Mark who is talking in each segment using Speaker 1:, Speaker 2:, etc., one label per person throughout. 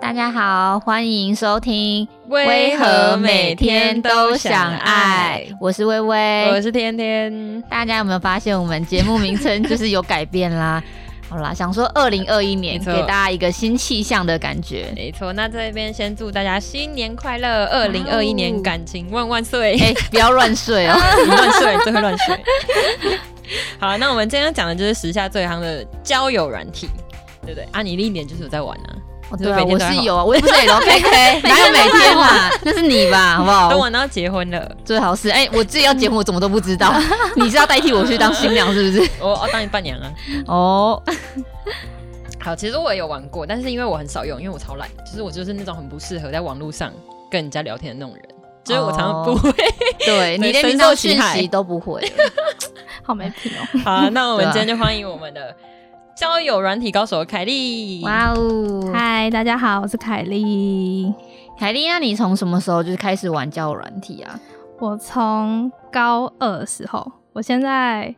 Speaker 1: 大家好，欢迎收听《
Speaker 2: 为何每天都想爱》，
Speaker 1: 我是微微，
Speaker 2: 我是天天。
Speaker 1: 大家有没有发现我们节目名称就是有改变啦？ 好啦，想说二零二一年
Speaker 2: 没
Speaker 1: 给
Speaker 2: 错
Speaker 1: 大家一个新气象的感觉。
Speaker 2: 没错，那这边先祝大家新年快乐，二零二一年感情万万岁！
Speaker 1: 哎、不要乱睡 哦、
Speaker 2: 乱睡，哎最会乱睡。好，那我们今天讲的就是时下最夯的交友软体，对不对？啊，你历年就是有在玩啊，
Speaker 1: 哦
Speaker 2: 就是
Speaker 1: 对啊，
Speaker 2: 每
Speaker 1: 我
Speaker 2: 天都在
Speaker 1: 是
Speaker 2: 晃
Speaker 1: 有啊，我也不是 L K K，哪有每天啊？那是你吧，好不
Speaker 2: 都
Speaker 1: 好？
Speaker 2: 玩到结婚了。
Speaker 1: 最好是哎、我自己要结婚，我怎么都不知 道。你是要代替我去当新娘是不是？
Speaker 2: 我要当你伴娘啊。
Speaker 1: 哦，
Speaker 2: 好，其实我也有玩过，但是因为我很少用，因为我超懒，就是我就是那种很不适合在网络上跟人家聊天的那种人，就是我常常不会。
Speaker 1: 对你连
Speaker 2: 深
Speaker 1: 听
Speaker 2: 受
Speaker 1: 到
Speaker 2: 其
Speaker 1: 讯
Speaker 2: 害
Speaker 1: 息都不 会了。
Speaker 3: 好没品哦。
Speaker 2: 好啊，那我们
Speaker 1: 对啊
Speaker 2: 今天就欢迎我们的交友软体高手凯莉。
Speaker 1: 哇哦，
Speaker 3: 嗨，大家好，我是凯莉。
Speaker 1: 凯莉，那你从什么时候就是开始玩交友软体啊？
Speaker 3: 我从高二的时候，我现在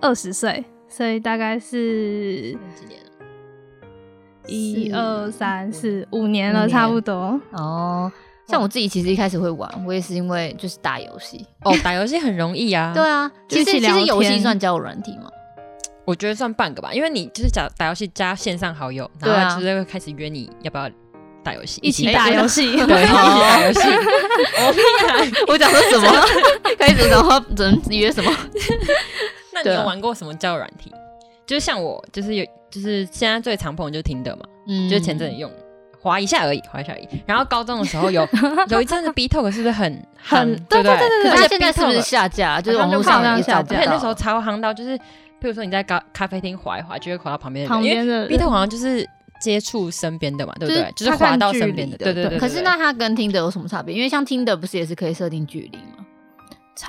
Speaker 3: 二十岁，所以大概是
Speaker 2: 几年了？
Speaker 3: 一
Speaker 1: 四
Speaker 3: 二三四五
Speaker 1: 五
Speaker 3: 年了，
Speaker 1: 年
Speaker 3: 差不多。
Speaker 1: 哦，像我自己其实一开始会玩，我也是因为就是打游戏。
Speaker 2: 哦，打游戏很容易啊。
Speaker 1: 对，啊，其
Speaker 3: 就
Speaker 1: 实
Speaker 3: 一
Speaker 1: 其
Speaker 3: 起聊
Speaker 1: 实游戏
Speaker 3: 天
Speaker 1: 算交友软体嘛。
Speaker 2: 我觉得算半个吧，因为你就是打打游戏加线上好友，
Speaker 1: 对
Speaker 2: 然
Speaker 1: 啊
Speaker 2: 后就是会开始约你要不要打游戏，
Speaker 3: 一起打游戏，
Speaker 2: 对，哦一起打游戏。我屁啊！
Speaker 1: 我讲说什么？开始然后怎么约什么？
Speaker 2: 那你
Speaker 1: 对啊
Speaker 2: 有玩过什么交友软体？就是像我，就是有，就是现在最常碰的就是听的嘛，
Speaker 1: 嗯
Speaker 2: 就是前阵子用。滑一下而已，滑一下而已。然后高中的时候有有一阵子 B Talk 是不是很
Speaker 3: 很
Speaker 2: 对不对
Speaker 1: 可
Speaker 2: 而
Speaker 1: 是它
Speaker 2: 且
Speaker 1: 现在
Speaker 2: BeeTalk
Speaker 1: 是不是下架？就是网络
Speaker 3: 好
Speaker 1: 上
Speaker 3: 像
Speaker 1: 也
Speaker 3: 就
Speaker 1: 找
Speaker 3: 下架
Speaker 1: 不
Speaker 2: 而且那时候
Speaker 1: 到。
Speaker 2: 超夯到，就是譬如说你在咖咖啡厅滑一滑，就会滑到旁边的人，
Speaker 3: 旁边
Speaker 2: 因
Speaker 3: 的
Speaker 2: 为 B 头好像就是接触身边的嘛，对不对？就
Speaker 3: 就
Speaker 2: 是是滑到身边的，
Speaker 3: 他看距离的
Speaker 2: 对对对。对
Speaker 1: 可是那它跟听的有什么差别？因为像听的不是也是可以设定距离吗？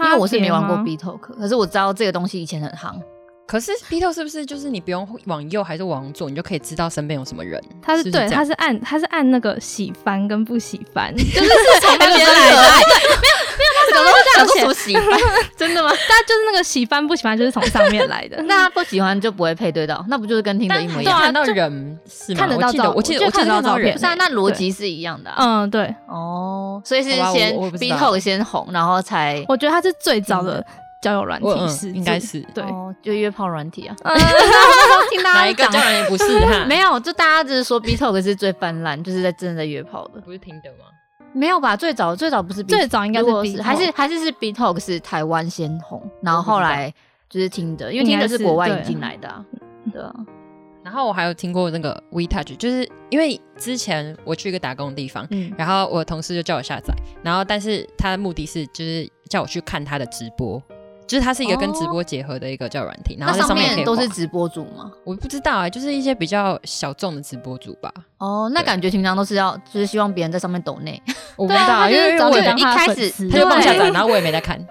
Speaker 1: 因
Speaker 3: 因
Speaker 1: 为我是没玩过 B Talk，可是我知道这个东西以前很夯。
Speaker 2: 可是 B 头是不是就是你不用往右还是往左，你就可以知道身边有什么人？
Speaker 3: 他是
Speaker 2: 是不
Speaker 3: 对，
Speaker 2: 这
Speaker 3: 他
Speaker 2: 样
Speaker 3: 是按他是按那个喜欢跟不喜欢，
Speaker 1: 就是是从那边来的，没有没有，那时候想说什么喜欢？
Speaker 3: 真的吗？但就是那个喜欢不喜欢就是从上面来 的。
Speaker 1: 那他不喜欢就不会配对到，那不就是跟听的一模一
Speaker 2: 对
Speaker 1: 样？
Speaker 2: 啊看到人是吗？
Speaker 3: 看得到
Speaker 2: 我记得，
Speaker 3: 照
Speaker 2: 我记得，我
Speaker 3: 我记得
Speaker 2: 记得
Speaker 3: 看得到照片
Speaker 2: 人
Speaker 1: 不是啊，那逻辑是一样的啊、
Speaker 3: 嗯，对，
Speaker 1: 哦，所以是
Speaker 2: 好吧
Speaker 1: 先
Speaker 2: 我我不知
Speaker 1: B
Speaker 2: 道
Speaker 1: Talk 先红，然后才
Speaker 3: 我觉得他是最早的交友软
Speaker 2: 嗯我
Speaker 3: 体
Speaker 2: 嗯
Speaker 3: 是，
Speaker 2: 应该是
Speaker 3: 对。
Speaker 1: 哦，就约炮软体啊。
Speaker 3: 嗯
Speaker 1: 听
Speaker 2: 哪
Speaker 1: 大
Speaker 2: 一个
Speaker 1: 家
Speaker 2: 当
Speaker 1: 讲，
Speaker 2: 然也不是哈，
Speaker 1: 没有，就大家只是说 B Talk 是最泛滥，就是在真的在约炮的。
Speaker 2: 不是听的吗？
Speaker 1: 没有吧？最早最早不是 B，
Speaker 3: 最早应该是
Speaker 1: 如果
Speaker 3: B，
Speaker 1: 还是还是是 B Talk 是台湾先红，然后后来就是听的，因为
Speaker 3: 应
Speaker 1: 听
Speaker 3: 该
Speaker 1: 的
Speaker 3: 是
Speaker 1: 是国外
Speaker 3: 对
Speaker 1: 引进来的、啊。对啊，
Speaker 2: 然后我还有听过那个 We Touch，就是因为之前我去一个打工的地方，
Speaker 1: 嗯，
Speaker 2: 然后我同事就叫我下载，然后但是他的目的是就是叫我去看他的直播，就是它是一个跟直播结合的一个叫软体，然
Speaker 1: 那
Speaker 2: 后在
Speaker 1: 上
Speaker 2: 面可以
Speaker 1: 面都是
Speaker 2: 滑
Speaker 1: 直播主吗？
Speaker 2: 我不知道啊、就是一些比较小众的直播主吧，
Speaker 1: 哦，那
Speaker 2: 对
Speaker 1: 感觉平常都是要，就是希望别人在上面抖内，
Speaker 2: 我不知
Speaker 3: 对
Speaker 2: 道、
Speaker 3: 啊，他
Speaker 2: 因
Speaker 3: 就
Speaker 2: 为
Speaker 3: 是
Speaker 2: 因为
Speaker 3: 早
Speaker 2: 我
Speaker 3: 就
Speaker 2: 也
Speaker 3: 当
Speaker 2: 没。
Speaker 1: 一
Speaker 3: 他
Speaker 1: 开
Speaker 3: 粉
Speaker 1: 始
Speaker 3: 丝
Speaker 2: 他就帮我下载，
Speaker 3: 对
Speaker 2: 然后我也没 在看，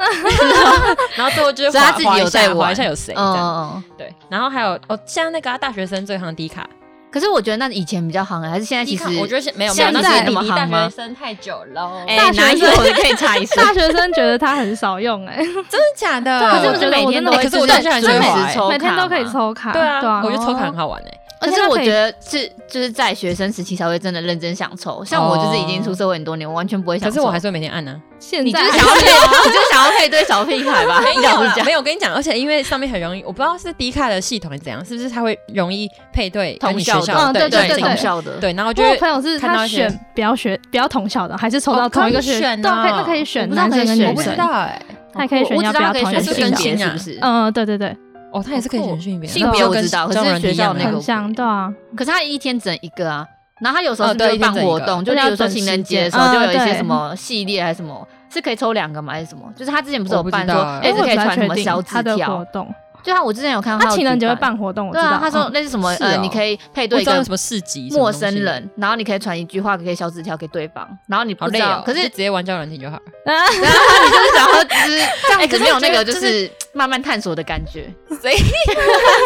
Speaker 2: 然后最后就是
Speaker 1: 所以他
Speaker 2: 滑
Speaker 1: 自己
Speaker 2: 滑一
Speaker 1: 有在
Speaker 2: 下，滑一
Speaker 1: 玩
Speaker 2: 下有谁这样，
Speaker 1: 嗯，
Speaker 2: 对，然后还有哦，像那个啊、大学生最夯迪卡，
Speaker 1: 可是我觉得那以前比较夯欸，还是现在其
Speaker 2: 迪
Speaker 1: 实
Speaker 2: 卡我觉得是没有没有，
Speaker 1: 现
Speaker 2: 那
Speaker 1: 在
Speaker 2: 是
Speaker 1: 那
Speaker 2: 你
Speaker 1: 么
Speaker 2: 离
Speaker 1: 夯
Speaker 2: 大
Speaker 1: 吗
Speaker 2: 学生太久了，
Speaker 1: 哎、
Speaker 3: 大学
Speaker 1: 哪一个
Speaker 3: 生
Speaker 1: 我可以查 一下？
Speaker 3: 大学生觉得他很少用哎、
Speaker 2: 真的假的？
Speaker 3: 对啊
Speaker 1: 可
Speaker 3: 真
Speaker 1: 是
Speaker 3: 的
Speaker 1: 不是每天都
Speaker 3: 我
Speaker 1: 会
Speaker 2: 可
Speaker 1: 就是是
Speaker 2: 我到现在还是
Speaker 1: 准
Speaker 2: 会
Speaker 1: 时
Speaker 2: 滑、欸，
Speaker 1: 抽
Speaker 3: 每天都可以
Speaker 1: 卡嘛。
Speaker 3: 抽卡，
Speaker 2: 对啊，
Speaker 3: 对啊，
Speaker 2: 我觉得抽卡很好玩哎、
Speaker 1: 可
Speaker 3: 而且
Speaker 1: 是
Speaker 3: 它
Speaker 1: 我
Speaker 3: 可以
Speaker 1: 觉得是就是在学生时期才会真的认真想抽，像我就是已经出社会很多年，我完全不会想
Speaker 2: 可
Speaker 1: 抽。
Speaker 2: 是我还是会每天按啊呢、
Speaker 3: 现
Speaker 1: 你就
Speaker 3: 在
Speaker 1: 是想要配，你就想要配对小屁孩 吧？
Speaker 2: 没
Speaker 1: 你
Speaker 2: 有啊
Speaker 1: 想是
Speaker 2: 啦，
Speaker 1: 这样
Speaker 2: 没有。我跟你讲，而且因为上面很容易，我不知道是迪卡的系统是怎样，是不是它会容易配对跟
Speaker 1: 同
Speaker 2: 你学
Speaker 1: 校的，
Speaker 2: 校？
Speaker 3: 嗯
Speaker 2: 对
Speaker 3: 对
Speaker 1: 对
Speaker 3: 对
Speaker 1: 同
Speaker 2: 同校
Speaker 1: 校的，
Speaker 2: 对，然后就
Speaker 3: 我有
Speaker 2: 会
Speaker 3: 朋友是
Speaker 2: 看到
Speaker 3: 他
Speaker 2: 一些
Speaker 3: 选不要学不要同校的，还是抽到
Speaker 2: 哦
Speaker 3: 同一个
Speaker 2: 可以
Speaker 3: 学
Speaker 2: 选
Speaker 3: 对啊，可以
Speaker 2: 哦
Speaker 3: 他可以选
Speaker 1: 我不知道
Speaker 3: 男
Speaker 1: 可以
Speaker 3: 生跟
Speaker 1: 选
Speaker 2: 我
Speaker 3: 女
Speaker 2: 不知
Speaker 3: 生
Speaker 2: 道，哎、
Speaker 3: 他也可以选
Speaker 1: 我
Speaker 3: 要
Speaker 1: 知
Speaker 3: 不
Speaker 1: 道
Speaker 3: 要
Speaker 1: 可以
Speaker 3: 同一个
Speaker 1: 选
Speaker 2: 是
Speaker 1: 性
Speaker 2: 更
Speaker 3: 学校。
Speaker 1: 别
Speaker 2: 新
Speaker 1: 是
Speaker 2: 啊
Speaker 1: 不是？
Speaker 3: 嗯，对对对，
Speaker 2: 哦，它也是可以
Speaker 1: 好酷
Speaker 2: 选训别人，
Speaker 1: 性别
Speaker 2: 就
Speaker 1: 我
Speaker 2: 跟
Speaker 1: 知道可是
Speaker 2: 交友软体
Speaker 1: 学
Speaker 2: 一样
Speaker 1: 校那个
Speaker 2: 那
Speaker 3: 很像，对啊，
Speaker 1: 可是他一天整一个啊，然后他有时候
Speaker 2: 哦
Speaker 1: 是
Speaker 2: 对
Speaker 1: 就
Speaker 2: 一天
Speaker 1: 办
Speaker 2: 整一个
Speaker 1: 活动，就比
Speaker 3: 就是
Speaker 1: 如
Speaker 3: 要
Speaker 1: 说
Speaker 3: 整
Speaker 1: 情人节的
Speaker 3: 时间
Speaker 1: 时候，就有一
Speaker 3: 嗯
Speaker 1: 些
Speaker 3: 对
Speaker 1: 什么系列还是什么，是可以抽两个吗？还是什么？就是他之前不是有
Speaker 2: 我不知
Speaker 1: 办
Speaker 2: 道
Speaker 1: 说，
Speaker 2: 啊
Speaker 1: 哎，
Speaker 3: 因
Speaker 1: 是
Speaker 3: 为我
Speaker 1: 可以
Speaker 3: 不太
Speaker 1: 传什
Speaker 3: 确
Speaker 1: 么
Speaker 3: 定
Speaker 1: 小
Speaker 3: 他
Speaker 1: 纸
Speaker 3: 的活
Speaker 1: 条？
Speaker 3: 动，
Speaker 1: 就他我之前有看到
Speaker 3: 他
Speaker 1: 有
Speaker 3: 情人
Speaker 1: 举
Speaker 3: 节会办活动，我
Speaker 1: 对
Speaker 3: 知
Speaker 1: 啊
Speaker 3: 道，，
Speaker 1: 他说
Speaker 3: 嗯
Speaker 1: 类似什么
Speaker 2: 是
Speaker 1: 呃，
Speaker 2: 哦
Speaker 1: 你可以配
Speaker 2: 我
Speaker 1: 对
Speaker 2: 知
Speaker 1: 一
Speaker 2: 道
Speaker 1: 个
Speaker 2: 有什么市集，什么
Speaker 1: 陌
Speaker 2: 东西
Speaker 1: 生，人，然后你可以传一句话给小纸条给对方，然后你
Speaker 2: 好
Speaker 1: 不知
Speaker 2: 累
Speaker 1: 道
Speaker 2: 哦，。
Speaker 1: 可是
Speaker 2: 就直接玩交友软体就好了。
Speaker 3: 啊
Speaker 1: 然后 你就是想要吃，这样子没有那个
Speaker 2: 哎可是我觉得
Speaker 1: 就是慢慢探索的感觉。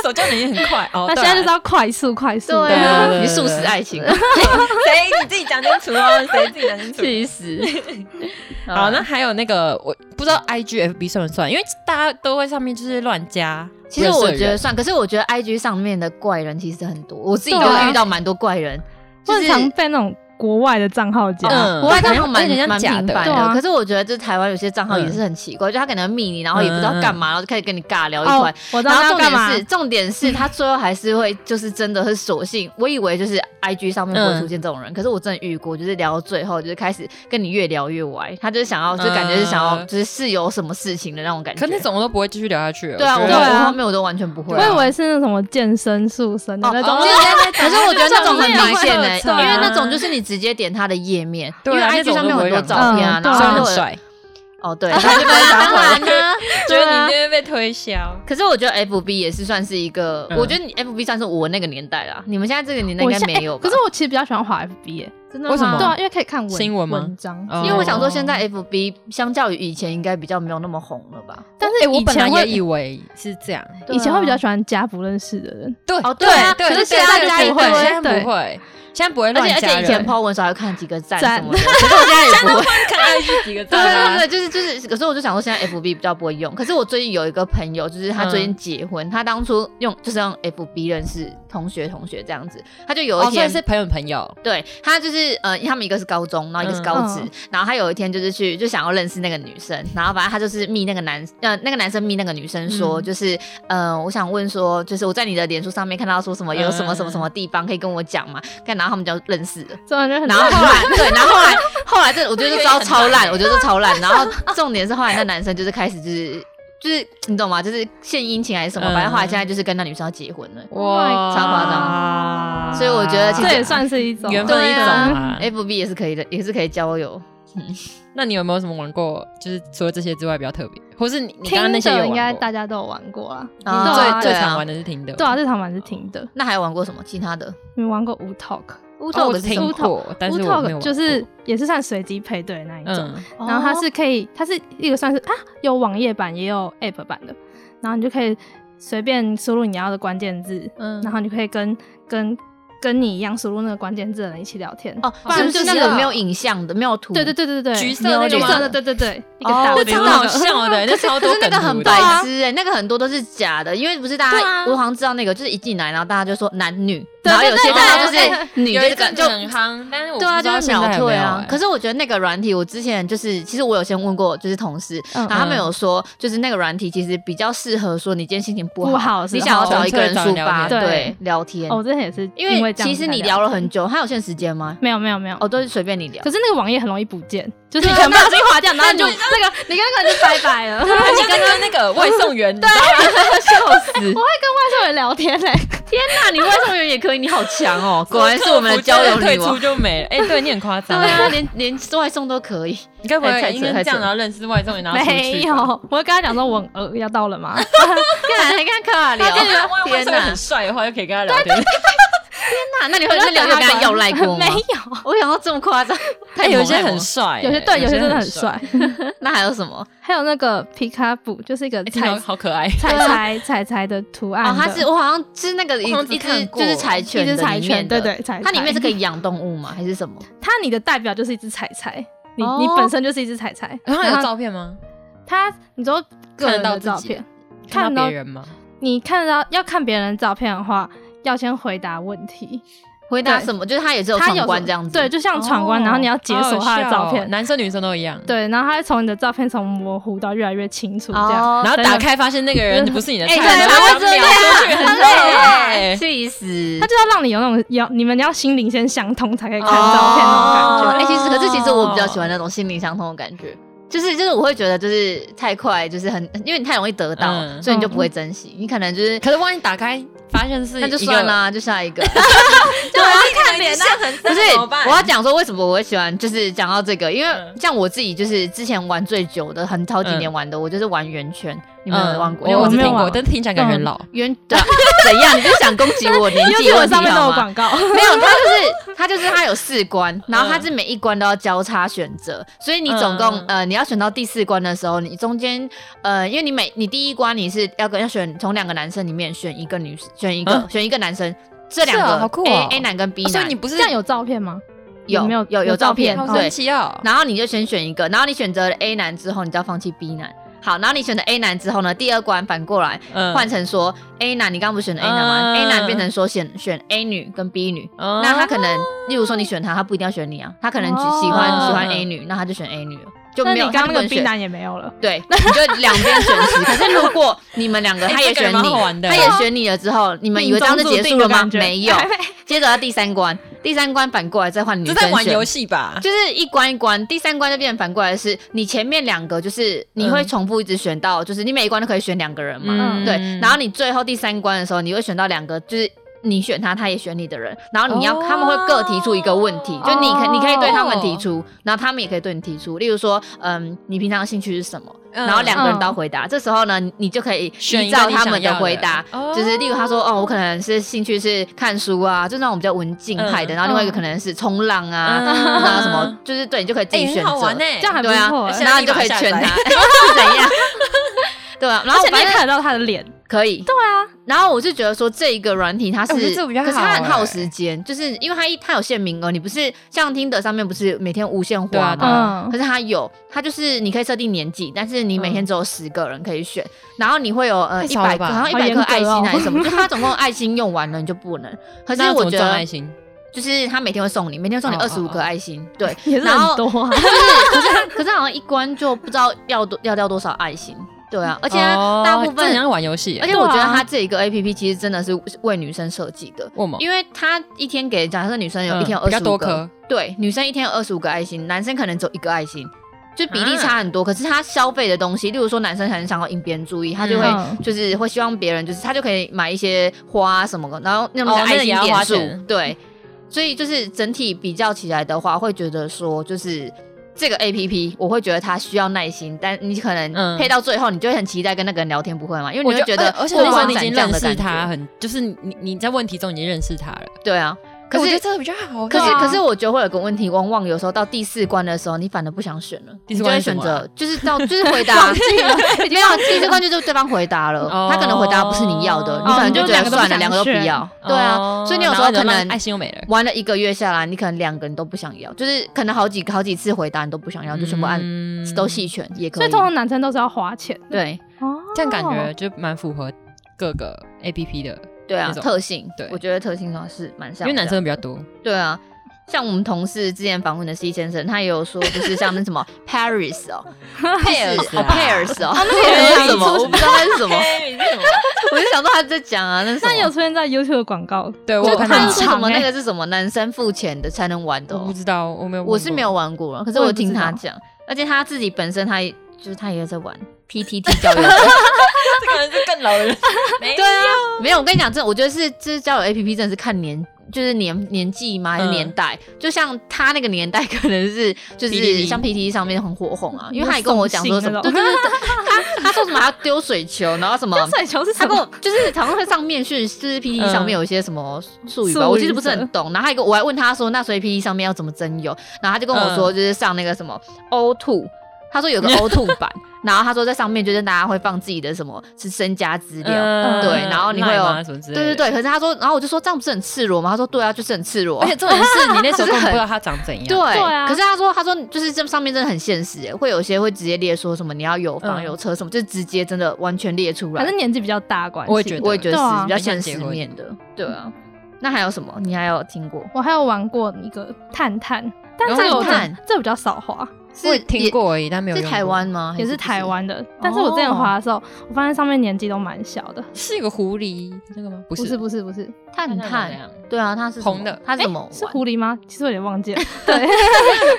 Speaker 2: 手交软体很快哦，
Speaker 3: 那现在就是要快速快速，
Speaker 1: 对
Speaker 2: 啊
Speaker 1: 啊
Speaker 2: 对对，对
Speaker 1: 你素食爱 情，
Speaker 2: 谁你自己讲清楚哦，谁自己讲清楚。
Speaker 1: 气死。啊
Speaker 2: 好，那还有那个我不知道 I G F B 算不算，因为大家都会上面就是乱加
Speaker 1: 其
Speaker 2: 认识
Speaker 1: 实
Speaker 2: 的人。
Speaker 1: 我觉得算，可是我觉得 I G 上面的怪人其实很多，我自己都
Speaker 3: 对啊
Speaker 1: 遇到蛮多怪人，
Speaker 3: 我很常被那种国外的账号加，
Speaker 2: 嗯
Speaker 1: 国外账号蛮
Speaker 2: 有点像
Speaker 1: 蛮
Speaker 2: 假的
Speaker 1: 频繁
Speaker 3: 对啊
Speaker 1: 的，可是我觉得这台湾有些账号也是很奇怪，就他可能密你，然后也不知道干嘛，然后就开始跟你尬聊一
Speaker 3: 哦
Speaker 1: 块。，
Speaker 3: 我知
Speaker 1: 然后
Speaker 3: 道要
Speaker 1: 重
Speaker 3: 干嘛
Speaker 1: 点，是，重点是他最后还是会，就是真的是索性，我以为就是 I G 上面不会出现这种人，可是我真的遇过，就是聊到最后，就是开始跟你越聊越歪，他就是想要，就感觉是想要，
Speaker 2: 嗯
Speaker 1: 就是是有什么事情的那种感觉。
Speaker 2: 可那种我都不会继续聊下去了。
Speaker 1: 对啊，我
Speaker 2: 我
Speaker 1: 我
Speaker 2: 觉得
Speaker 3: 对啊
Speaker 1: 后面我都完全不会
Speaker 3: 我
Speaker 1: 啊。
Speaker 3: 以为是那种什么健身塑身的那种
Speaker 2: 哦，
Speaker 1: 可是我觉得那种很明显的、
Speaker 3: 这种
Speaker 1: 因
Speaker 3: 也会
Speaker 1: 为
Speaker 3: 有
Speaker 1: 那种就是你直接点他的页面，
Speaker 2: 对
Speaker 1: 因为
Speaker 2: 啊那
Speaker 1: IG
Speaker 2: 种
Speaker 1: 上面有很多
Speaker 2: 我都不会
Speaker 1: 照片啊，然
Speaker 3: 让
Speaker 1: 后
Speaker 2: 虽
Speaker 3: 他
Speaker 1: 就
Speaker 2: 然很
Speaker 1: 会
Speaker 2: 帅，
Speaker 1: 哦对，他就不会想回来。
Speaker 2: 呢，觉
Speaker 1: 对
Speaker 2: 得
Speaker 1: 啊
Speaker 2: 你那边被推销。
Speaker 1: 可是我觉得 FB 也是算是一个，
Speaker 2: 嗯
Speaker 1: 我觉得你 FB 算是我那个年代啦，你们现在这个年代应
Speaker 3: 我
Speaker 1: 该
Speaker 3: 现在
Speaker 1: 没有吧？
Speaker 3: 可是我其实比较喜欢滑 FB 耶，
Speaker 1: 真的
Speaker 2: 为什么
Speaker 3: 对啊，因为可以看文
Speaker 2: 新闻吗
Speaker 3: 文章之类
Speaker 2: 哦
Speaker 3: 的，
Speaker 1: 因为我想说，现在 FB 相较于以前应该比较没有那么红了吧？
Speaker 3: 但
Speaker 2: 哎
Speaker 3: 是
Speaker 2: 我
Speaker 3: 以
Speaker 2: 本来
Speaker 3: 前
Speaker 2: 也
Speaker 3: 会
Speaker 2: 以为是这样，
Speaker 1: 对啊
Speaker 3: 以前会比较喜欢加不认识的人，
Speaker 2: 对
Speaker 1: 哦对啊
Speaker 2: 对，
Speaker 1: 可是
Speaker 2: 对
Speaker 1: 现在
Speaker 2: 对对
Speaker 1: 不会
Speaker 2: 对现在
Speaker 3: 对
Speaker 2: 不会，现在不会
Speaker 1: 而
Speaker 2: 乱
Speaker 1: 且而
Speaker 2: 加人。
Speaker 1: 且以前 po 文时候还会看几个赞
Speaker 3: 赞
Speaker 1: 什么的，可是我现在也不会。
Speaker 2: 看 IG 几个
Speaker 1: 对啊对对，
Speaker 2: 赞，
Speaker 1: 就是就是，可是我就想说，现在 FB 比较不会用。可是我最近有一个朋友，就是他
Speaker 2: 嗯
Speaker 1: 最近结婚，他当初用就是用 FB 认识同学同学这样子，他就有一
Speaker 2: 哦，所
Speaker 1: 天、
Speaker 2: 以是朋友的朋友，
Speaker 1: 对他就是呃，因为他们一个是高中，然后一个是高职，
Speaker 3: 嗯
Speaker 1: 然后他有一天就是去就想要认识那个女生，然后反正他就是密那个男呃那个男生密那个女生说，
Speaker 2: 嗯
Speaker 1: 就是呃我想问说，就是我在你的脸书上面看到说什么有什么什么什么地方可以跟我讲嘛，看然后他们就认识了。
Speaker 3: 真的就很
Speaker 1: 然后后 来对，然后 后来后来这我觉得这招超烂，我觉得这超烂。然后重点是后来那男生就是开始就是就是你懂吗？就是献殷勤还是什么，
Speaker 2: 嗯
Speaker 1: 反正后来现在就是跟那女生要结婚了。
Speaker 3: 哇
Speaker 1: 超夸
Speaker 2: 张
Speaker 1: 所以我觉得其实
Speaker 3: 这也算是一种
Speaker 2: 缘分
Speaker 1: 对
Speaker 2: 一种
Speaker 1: 啊
Speaker 2: 啦。
Speaker 1: ，F B 也是可以的，也是可以交友。
Speaker 2: 那你有没有什么玩过？就是除了这些之外比较特别，或是你你刚刚
Speaker 3: 听
Speaker 2: 那些有
Speaker 3: 的
Speaker 2: 玩
Speaker 3: 应该
Speaker 2: 过
Speaker 3: 大家都有玩过啦，
Speaker 1: 你对
Speaker 2: 你
Speaker 1: 啊
Speaker 2: 最
Speaker 3: 对
Speaker 2: 最
Speaker 1: 啊
Speaker 2: 常玩的是听的，
Speaker 3: 对啊，日常版是听的。
Speaker 1: 那还有玩过什么其他的
Speaker 3: 你们玩过无 Talk？
Speaker 1: 乌
Speaker 2: 哦，
Speaker 1: 头
Speaker 2: 我
Speaker 1: 的
Speaker 2: 只听过，但
Speaker 3: 无
Speaker 2: 是我没有
Speaker 3: Talk
Speaker 2: 玩
Speaker 3: 就是
Speaker 2: 过
Speaker 3: 也是算随机配对的那一种，
Speaker 2: 嗯，
Speaker 3: 然后它是可以，它是一个算是啊有网页版也有 App 版的，然后你就可以随便输入你要的关键字，
Speaker 2: 嗯
Speaker 3: 然后你就可以跟跟跟你一样输入那个关键字的人一起聊天。
Speaker 1: 哦，
Speaker 3: 不然
Speaker 1: 是不是
Speaker 3: 就
Speaker 1: 那
Speaker 3: 是
Speaker 1: 个没有影像的，没有图？
Speaker 3: 对对对对对，
Speaker 2: 橘色那个
Speaker 3: 橘
Speaker 2: 吗
Speaker 3: 色的，对对对，一个大
Speaker 2: 哦，那
Speaker 3: 的橘色
Speaker 2: 超
Speaker 3: 的
Speaker 2: 好笑的，那超
Speaker 1: 可
Speaker 2: 多
Speaker 1: 是那个
Speaker 2: 梗
Speaker 1: 很
Speaker 2: 图
Speaker 1: 白
Speaker 2: 的
Speaker 1: 痴哎、那个很多都是假的，因为不是大家，
Speaker 3: 对啊
Speaker 1: 我好像知道那个，就是一进来，然后大家就说男女，
Speaker 3: 对
Speaker 1: 然后有些
Speaker 3: 对对
Speaker 1: 大家就是哎
Speaker 3: 对
Speaker 1: 女
Speaker 2: 有一
Speaker 1: 这个
Speaker 2: 阵子
Speaker 1: 就
Speaker 2: 很夯，但是我
Speaker 1: 对啊，就会秒退啊。可
Speaker 2: 是
Speaker 1: 是我觉得那个软体，我之前就是，其实我有先问过，就是同事，
Speaker 3: 嗯
Speaker 1: 然后他们有说，就是那个软体其实比较适合说你今天心情不好，哦
Speaker 3: 不好的时候
Speaker 1: 你想要找一个人抒发，
Speaker 2: 纯粹找
Speaker 3: 人聊天
Speaker 1: 对，聊天
Speaker 3: 哦，。我之前也是
Speaker 1: 因为
Speaker 3: 这样
Speaker 1: 其
Speaker 3: 子
Speaker 1: 实
Speaker 3: 才
Speaker 1: 你聊了
Speaker 3: 天
Speaker 1: 很久，它有限时间吗？
Speaker 3: 没有没有没有
Speaker 1: 哦，都是随便你聊
Speaker 3: 可。是那个网页很容易不见， 就是你可能不小心划掉，然后你就那个你刚刚就拜拜了。
Speaker 2: 而且刚刚那个外送员，对，
Speaker 1: 啊
Speaker 2: 笑死
Speaker 3: 我，会跟外送人聊天嘞、
Speaker 1: 天哪，你外送员也可以，你好强 哦！果然是我们的交
Speaker 2: 客
Speaker 1: 友
Speaker 2: 服退
Speaker 1: 女
Speaker 2: 出
Speaker 1: 王。
Speaker 2: 就没了，哎，对你很夸
Speaker 1: 对
Speaker 2: 张，
Speaker 1: 啊，连连外送都可 以。
Speaker 2: 你该不
Speaker 1: 哎太
Speaker 2: 会
Speaker 1: 扯
Speaker 2: 因为
Speaker 1: 太
Speaker 2: 这样
Speaker 1: 扯
Speaker 2: 然后认识外送员，然后出去吧
Speaker 3: 没有，我会跟他讲说我很饿，要到了吗？
Speaker 1: 看来看卡聊
Speaker 2: 他就觉得外
Speaker 1: 天
Speaker 2: 送
Speaker 1: 哪
Speaker 2: 员很，帅的话，就可以跟他聊天。
Speaker 1: 那那你会真的有跟他要赖过吗
Speaker 3: 没？有，
Speaker 1: 我想到这么夸 张，哎
Speaker 2: 他
Speaker 1: 太
Speaker 2: 有
Speaker 1: 猛
Speaker 2: 些
Speaker 1: 太猛
Speaker 2: 很帅欸，
Speaker 3: 有些对，有些真的很
Speaker 2: 哎，
Speaker 3: 帅。
Speaker 1: 那还有什么？
Speaker 3: 还有那个皮卡布，就是一个
Speaker 2: 哎听到
Speaker 3: 彩
Speaker 2: 好可爱。
Speaker 3: 彩彩彩彩的图案
Speaker 1: 啊哦，
Speaker 3: 的
Speaker 1: 它是我好像是那个一
Speaker 2: 我好像只
Speaker 1: 一只
Speaker 2: 看过
Speaker 1: 就是柴
Speaker 3: 一
Speaker 1: 犬的
Speaker 3: 只彩
Speaker 1: 里面
Speaker 3: 犬，
Speaker 1: 的，
Speaker 3: 对对彩。
Speaker 1: 它里面是可
Speaker 3: 以，
Speaker 1: 以养动物吗？还是什么？
Speaker 3: 它你的代表就是一只彩彩，你
Speaker 1: 哦呃
Speaker 3: 你本身就是一只彩彩。
Speaker 2: 然后有照片吗？
Speaker 3: 它，你说个
Speaker 2: 看得
Speaker 3: 人
Speaker 2: 到
Speaker 3: 的
Speaker 2: 自己
Speaker 3: 照片，
Speaker 2: 看
Speaker 3: 看
Speaker 2: 到
Speaker 3: 到
Speaker 2: 别人吗？
Speaker 3: 你看得到要看别人的照片的话，要先回答问题。
Speaker 1: 回答
Speaker 3: 对
Speaker 1: 什么？就是它也是有
Speaker 3: 他
Speaker 1: 闯关这样子，哦
Speaker 3: 对，就像闯关，然后你要解锁他的
Speaker 2: 好好
Speaker 3: 照
Speaker 2: 笑哦
Speaker 3: 片，
Speaker 2: 男生女生都一样。，
Speaker 3: 对，然后他会从你的照片从模糊到越来越清楚这样。
Speaker 1: 哦
Speaker 2: 然，后打开发现那个人不是你的
Speaker 1: 哎，
Speaker 2: 菜，
Speaker 1: 对，
Speaker 2: 然
Speaker 1: 它
Speaker 2: 后
Speaker 1: 会这样
Speaker 2: 秒出去，
Speaker 1: 很啊
Speaker 2: 很
Speaker 1: 累，
Speaker 2: 累。
Speaker 1: 气死
Speaker 3: 他。就要让你有那种要你们要心灵先相通才可以看
Speaker 1: 哦
Speaker 3: 照片那种感觉。
Speaker 1: 哎，其实可是其实我比较喜欢那种心灵相通的感觉。就是就是我会觉得就是太快，就是很因为你太容易得到，
Speaker 2: 嗯
Speaker 1: 所以你就不会珍惜，你可能就是
Speaker 2: 可是万一打开发现是一个，
Speaker 1: 那就算啦，就下一 个。
Speaker 2: 对啊，看脸那很
Speaker 1: 不是，我要讲说为什么我会喜欢，就是讲到这个，因为
Speaker 2: 嗯
Speaker 1: 像我自己就是之前玩最久的，很好几年玩的，我就是玩圆圈，你们有没有玩过？因为
Speaker 2: 我
Speaker 1: 嗯我
Speaker 2: 只
Speaker 3: 没有
Speaker 2: 听过，
Speaker 3: 玩
Speaker 2: 但听起来感觉很老。
Speaker 1: 圆对啊 怎样？你是想攻击我年纪
Speaker 3: 因为
Speaker 1: 问题
Speaker 3: 上面都
Speaker 1: 好
Speaker 3: 有
Speaker 1: 吗？
Speaker 3: 广 告，
Speaker 1: 没有，它就是它就是它有四关，然后它是每一关都要交叉选择，所以你总共、
Speaker 2: 嗯
Speaker 1: 呃你要选到第四关的时候，你中间呃因为你每你第一关你是要跟要选从两个男生里面选一个女选一个、
Speaker 2: 嗯
Speaker 1: 选一个男生，这两个、
Speaker 2: 是哦好酷哦
Speaker 1: A A 男跟 B
Speaker 2: 哦
Speaker 1: 男，
Speaker 2: 所以你不是
Speaker 3: 这样有照片吗？
Speaker 1: 有
Speaker 3: 没有
Speaker 1: 有有
Speaker 3: 有
Speaker 1: 照
Speaker 3: 照
Speaker 1: 片
Speaker 3: 片
Speaker 2: 好
Speaker 1: 对
Speaker 2: 神奇哦。
Speaker 1: 然后你就先选一个，然后你选择了 A 男之后，你就要放弃 B 男，好，然后你选的 A 男之后呢，第二关反过来
Speaker 2: 嗯
Speaker 1: 换成说 A 男，你刚刚不是选的 A 男吗、
Speaker 2: 嗯
Speaker 1: a 男变成说选选 A 女跟 B 女，
Speaker 2: 哦
Speaker 1: 那他可能，例如说你选他，他不一定要选你啊，他可能只喜欢、
Speaker 3: 哦
Speaker 1: 喜欢 A 女，那他就选 A 女了，就
Speaker 3: 那
Speaker 1: 没
Speaker 3: 你
Speaker 1: 有
Speaker 3: 刚刚
Speaker 1: 他
Speaker 3: 那
Speaker 1: 就不
Speaker 3: 个
Speaker 1: 能
Speaker 3: B
Speaker 1: 选
Speaker 3: 男也没有了，
Speaker 1: 对，你就两边选 择。可是如果你们两个
Speaker 2: 哎
Speaker 1: 他也
Speaker 2: 这个
Speaker 1: 选
Speaker 2: 蛮
Speaker 1: 你
Speaker 2: 好玩，的
Speaker 1: 他也选你了之后，你们以为这样就结束了吗
Speaker 3: 命中注定的感？觉
Speaker 1: 没有
Speaker 3: 还没，
Speaker 1: 接着到第三关，第三关反过来再换女
Speaker 2: 这
Speaker 1: 生
Speaker 2: 在玩
Speaker 1: 选
Speaker 2: 游戏吧？
Speaker 1: 就是一关一关，第三关就变成反过来是，你前面两个就是你会
Speaker 2: 嗯
Speaker 1: 重复一直选到，就是你每一关都可以选两个人嘛，
Speaker 3: 嗯
Speaker 1: 对，然后你最后第三关的时候，你会选到两个就是。你选他，他也选你的人，然后你要、
Speaker 2: 哦
Speaker 1: 他们会各提出一个问题，就你可
Speaker 3: 哦
Speaker 1: 你可以对他们提出，然后他们也可以对你提出。例如说，嗯，你平常的兴趣是什么？
Speaker 2: 嗯
Speaker 1: 然后两个人都要回答。这时候呢，你你就可以
Speaker 2: 选
Speaker 1: 依
Speaker 2: 一个
Speaker 1: 照
Speaker 2: 你
Speaker 1: 他们
Speaker 2: 想要的
Speaker 1: 回答，
Speaker 2: 哦
Speaker 1: 就是例如他说，哦，我可能是兴趣是看书啊，就那种比较文静派的，
Speaker 2: 嗯
Speaker 1: 然后另外一个
Speaker 3: 嗯
Speaker 1: 可能是冲浪啊，
Speaker 2: 嗯
Speaker 1: 那什么，就是对你就可以自己
Speaker 2: 哎，
Speaker 1: 选
Speaker 2: 很
Speaker 1: 择，
Speaker 2: 好玩呢，
Speaker 3: 这样还不
Speaker 1: 对啊
Speaker 3: 错、欸，
Speaker 2: 现
Speaker 1: 然
Speaker 2: 在
Speaker 1: 后你
Speaker 2: 立
Speaker 1: 就
Speaker 2: 马
Speaker 1: 可以
Speaker 2: 下
Speaker 1: 劝
Speaker 2: 载
Speaker 1: 他 是怎样，对啊，然
Speaker 3: 而
Speaker 1: 后
Speaker 3: 且你
Speaker 1: 反
Speaker 3: 也看
Speaker 1: 正
Speaker 3: 得到他的 脸，
Speaker 1: 可以，对啊，然后我就觉得说这一个软体它是，
Speaker 2: 哎我觉得这个比较
Speaker 1: 可是它
Speaker 2: 好
Speaker 1: 很耗
Speaker 2: 哎
Speaker 1: 时间，就是因为它一它有限名额，你不是像听的上面不是每天无限
Speaker 2: 对
Speaker 1: 花吗？
Speaker 2: 啊对啊
Speaker 3: 嗯
Speaker 1: 可，是它有，它就是你可以设定年纪，但是你每天只有十个人可以选，然后你会有呃
Speaker 2: 嗯太
Speaker 1: 一
Speaker 2: 少了
Speaker 1: 百个，
Speaker 2: 吧
Speaker 1: 好像一
Speaker 3: 好
Speaker 1: 百
Speaker 3: 严
Speaker 1: 颗
Speaker 3: 格
Speaker 1: 爱心
Speaker 3: 哦
Speaker 1: 还是什 么，就它总共爱心用完了你就不能。可是
Speaker 2: 那要怎
Speaker 1: 我
Speaker 2: 么
Speaker 1: 觉
Speaker 2: 装
Speaker 1: 得
Speaker 2: 爱心，
Speaker 1: 就是它每天会送你，每天送你
Speaker 2: 哦
Speaker 1: 二十五
Speaker 2: 哦
Speaker 1: 颗
Speaker 2: 哦
Speaker 1: 爱心， 对，
Speaker 3: 也是
Speaker 1: 然后
Speaker 3: 很多 啊。
Speaker 1: 可是可是它可是好像一关就不知道要多要掉多少爱心，对啊，而且它
Speaker 2: 哦
Speaker 1: 大部
Speaker 2: 这很
Speaker 1: 分，
Speaker 2: 像玩游戏耶，欸
Speaker 1: 而且我觉得
Speaker 3: 对啊
Speaker 1: 它这一个 A P P 其实真的是为女生设计的。
Speaker 2: 我们
Speaker 1: 因为它一天给，假设女生有一天有
Speaker 2: 哦嗯比
Speaker 1: 二
Speaker 2: 较
Speaker 1: 十五
Speaker 2: 多
Speaker 1: 个，
Speaker 2: 颗，
Speaker 1: 对，女生一天有二十五个爱心，男生可能只有一个爱心，就比例
Speaker 2: 啊
Speaker 1: 差很多。可是他消费的东西，例如说男生很想要引别人注意，他就会、
Speaker 3: 嗯
Speaker 1: 就是会希望别人就是他就可以买一些花什么的，然后那种
Speaker 2: 哦那
Speaker 1: 爱
Speaker 2: 个也
Speaker 1: 心
Speaker 2: 要
Speaker 1: 点
Speaker 2: 花
Speaker 1: 数，
Speaker 2: 钱
Speaker 1: 对。所以就是整体比较起来的话，会觉得说就是。这个 A P P 我会觉得它需要耐心，但你可能
Speaker 2: 嗯
Speaker 1: 配到最后，你就会很期待跟那个人聊天，不会吗？因为
Speaker 2: 我
Speaker 1: 你会觉得
Speaker 2: 而且
Speaker 1: 过
Speaker 2: 那时候
Speaker 1: 关
Speaker 2: 你已
Speaker 1: 斩
Speaker 2: 经
Speaker 1: 将
Speaker 2: 认
Speaker 1: 的
Speaker 2: 识
Speaker 1: 感
Speaker 2: 他，
Speaker 1: 觉，
Speaker 2: 很就是你你在问题中已经认识他了。
Speaker 1: 对啊。可
Speaker 2: 我觉
Speaker 1: 是
Speaker 2: 得这个比较好。
Speaker 1: 可
Speaker 2: 对
Speaker 1: 是，
Speaker 2: 啊
Speaker 1: 可是我觉得会有个问题，往往有时候到第四关的时候，你反而不想选了，你
Speaker 2: 第四
Speaker 1: 就
Speaker 2: 关
Speaker 1: 会
Speaker 2: 是什
Speaker 1: 选
Speaker 2: 么啊
Speaker 1: 择，就是到 就是回答，没有第四关就是对方回答了，
Speaker 2: 哦
Speaker 1: 他可能回答不是你要的，你可能
Speaker 3: 就
Speaker 1: 觉
Speaker 3: 两
Speaker 1: 得
Speaker 3: 个
Speaker 1: 算
Speaker 3: 都不
Speaker 1: 了，
Speaker 3: 想
Speaker 1: 两个都不
Speaker 3: 选
Speaker 1: 要，对啊
Speaker 2: 哦，
Speaker 1: 所以你有时
Speaker 2: 然
Speaker 1: 候
Speaker 2: 后
Speaker 1: 可
Speaker 2: 慢慢
Speaker 1: 能
Speaker 2: 爱心又没了，
Speaker 1: 玩了一个月下来，你可能两个人都不想要，就是可能好几好几次回答你都不想要，就全部按
Speaker 2: 嗯
Speaker 1: 都弃权也可
Speaker 3: 所以
Speaker 1: 以
Speaker 3: 通，常男生都是要花钱的，
Speaker 1: 对
Speaker 3: 哦，
Speaker 2: 这样感觉就蛮符合各个 A P P 的，
Speaker 1: 对啊，
Speaker 2: 那种
Speaker 1: 特性，
Speaker 2: 对
Speaker 1: 我觉得特性上是蛮像
Speaker 2: 因
Speaker 1: 的，
Speaker 2: 为男生比 较多。
Speaker 1: 对啊，像我们同事之前访问的 C 先生，他也有说，就是像那什么 Paris 哦，Pairs 哦 Pairs 哦，那
Speaker 3: 个
Speaker 1: 是什么？
Speaker 3: 很
Speaker 1: 我不知道那是什么，
Speaker 2: 对，
Speaker 1: 我就想说他在讲啊，那是什么
Speaker 3: 那有出现在 YouTube 的广告，
Speaker 2: 我
Speaker 1: 就
Speaker 2: 有
Speaker 1: 他
Speaker 2: 看
Speaker 1: 就
Speaker 2: 到
Speaker 3: 很
Speaker 1: 说
Speaker 3: 长
Speaker 1: 什么
Speaker 3: 欸
Speaker 1: 那个是什么男生付钱的才能玩的
Speaker 2: 我不
Speaker 1: 哦，
Speaker 2: 知道，我没有，
Speaker 1: 我是没有。玩过啊，可是我有听他
Speaker 3: 我也不
Speaker 1: 讲，而且他自己本身他也就是他也有在玩 PTT 交友软件。
Speaker 2: 这个人是更老的人，没
Speaker 1: 对啊，没有，我跟你讲，这我觉得是这交友 A P P 真的是看年。就是年年纪吗？还是
Speaker 2: 嗯
Speaker 1: 年代？就像他那个年代，可能是就是
Speaker 2: PTT
Speaker 1: 像 P T T 上面很火红啊，因为
Speaker 3: 有
Speaker 1: 他也跟我讲说什么，
Speaker 3: 送
Speaker 1: 对
Speaker 3: 信
Speaker 1: 对对，对他他说什么还要丢水球，然后什么，
Speaker 3: 水球是
Speaker 1: 哦 他
Speaker 3: 什
Speaker 1: 跟
Speaker 3: 么？
Speaker 1: 我 就是常常会上面去，就是 P T T
Speaker 2: 嗯
Speaker 1: 上面有一些什么术语吧，
Speaker 3: 术语
Speaker 1: 我其实不是
Speaker 3: 什
Speaker 1: 很
Speaker 3: 么
Speaker 1: 懂。然后还有一个我还问他说，那所以 P T 上面要怎么征友？然后他就跟我说，
Speaker 2: 嗯
Speaker 1: 就是上那个什么 O two，他说有 个 O two 版，然后他说在上面就是大家会放自己的什么是身家资料，
Speaker 2: 嗯
Speaker 1: 对然后你会有
Speaker 2: 赖吗什么之类的
Speaker 1: 对对，对，可是他说，然后我就说这样不是很赤裸吗？他说对啊，就是很赤裸啊。
Speaker 2: 而且重点是你那时
Speaker 1: 就
Speaker 2: 候
Speaker 1: 是
Speaker 2: 根本不
Speaker 1: 很
Speaker 2: 知道他长怎样。
Speaker 1: 对，
Speaker 3: 啊
Speaker 1: 可是他说，他说就是这上面真的很现实耶，欸会有些会直接列说什么你要有房
Speaker 2: 嗯
Speaker 1: 有车什么，就直接真的完全列出
Speaker 3: 反
Speaker 1: 来。
Speaker 3: 正年纪比较大的关系。
Speaker 2: 我也觉得
Speaker 1: 我也觉得
Speaker 3: 对啊
Speaker 1: 是比较
Speaker 2: 很想
Speaker 1: 现
Speaker 2: 结
Speaker 1: 实
Speaker 2: 婚
Speaker 1: 面的，对啊。那还有什么？你还有听过？
Speaker 3: 我还有玩过一个探探，但这个我
Speaker 1: 探探哦
Speaker 3: 这比较少花，
Speaker 2: 我也
Speaker 1: 是
Speaker 2: 听过而已，但没有
Speaker 1: 是
Speaker 2: 用
Speaker 1: 台
Speaker 2: 过，
Speaker 1: 湾吗？还
Speaker 3: 也
Speaker 1: 是哦
Speaker 3: 是
Speaker 1: 不
Speaker 3: 台？湾的。但是我之前滑的时候，我发现上面年纪都蛮小的。
Speaker 2: 是一个狐狸那个吗？不
Speaker 3: 不
Speaker 2: 是
Speaker 3: 是，不是不是，
Speaker 1: 探
Speaker 2: 探探
Speaker 1: 探
Speaker 2: 怎样，
Speaker 1: 对啊，它是什么
Speaker 2: 红的
Speaker 1: 它是
Speaker 3: 诶
Speaker 1: 怎么玩？
Speaker 3: 是狐狸吗？其实我有点忘记了。对，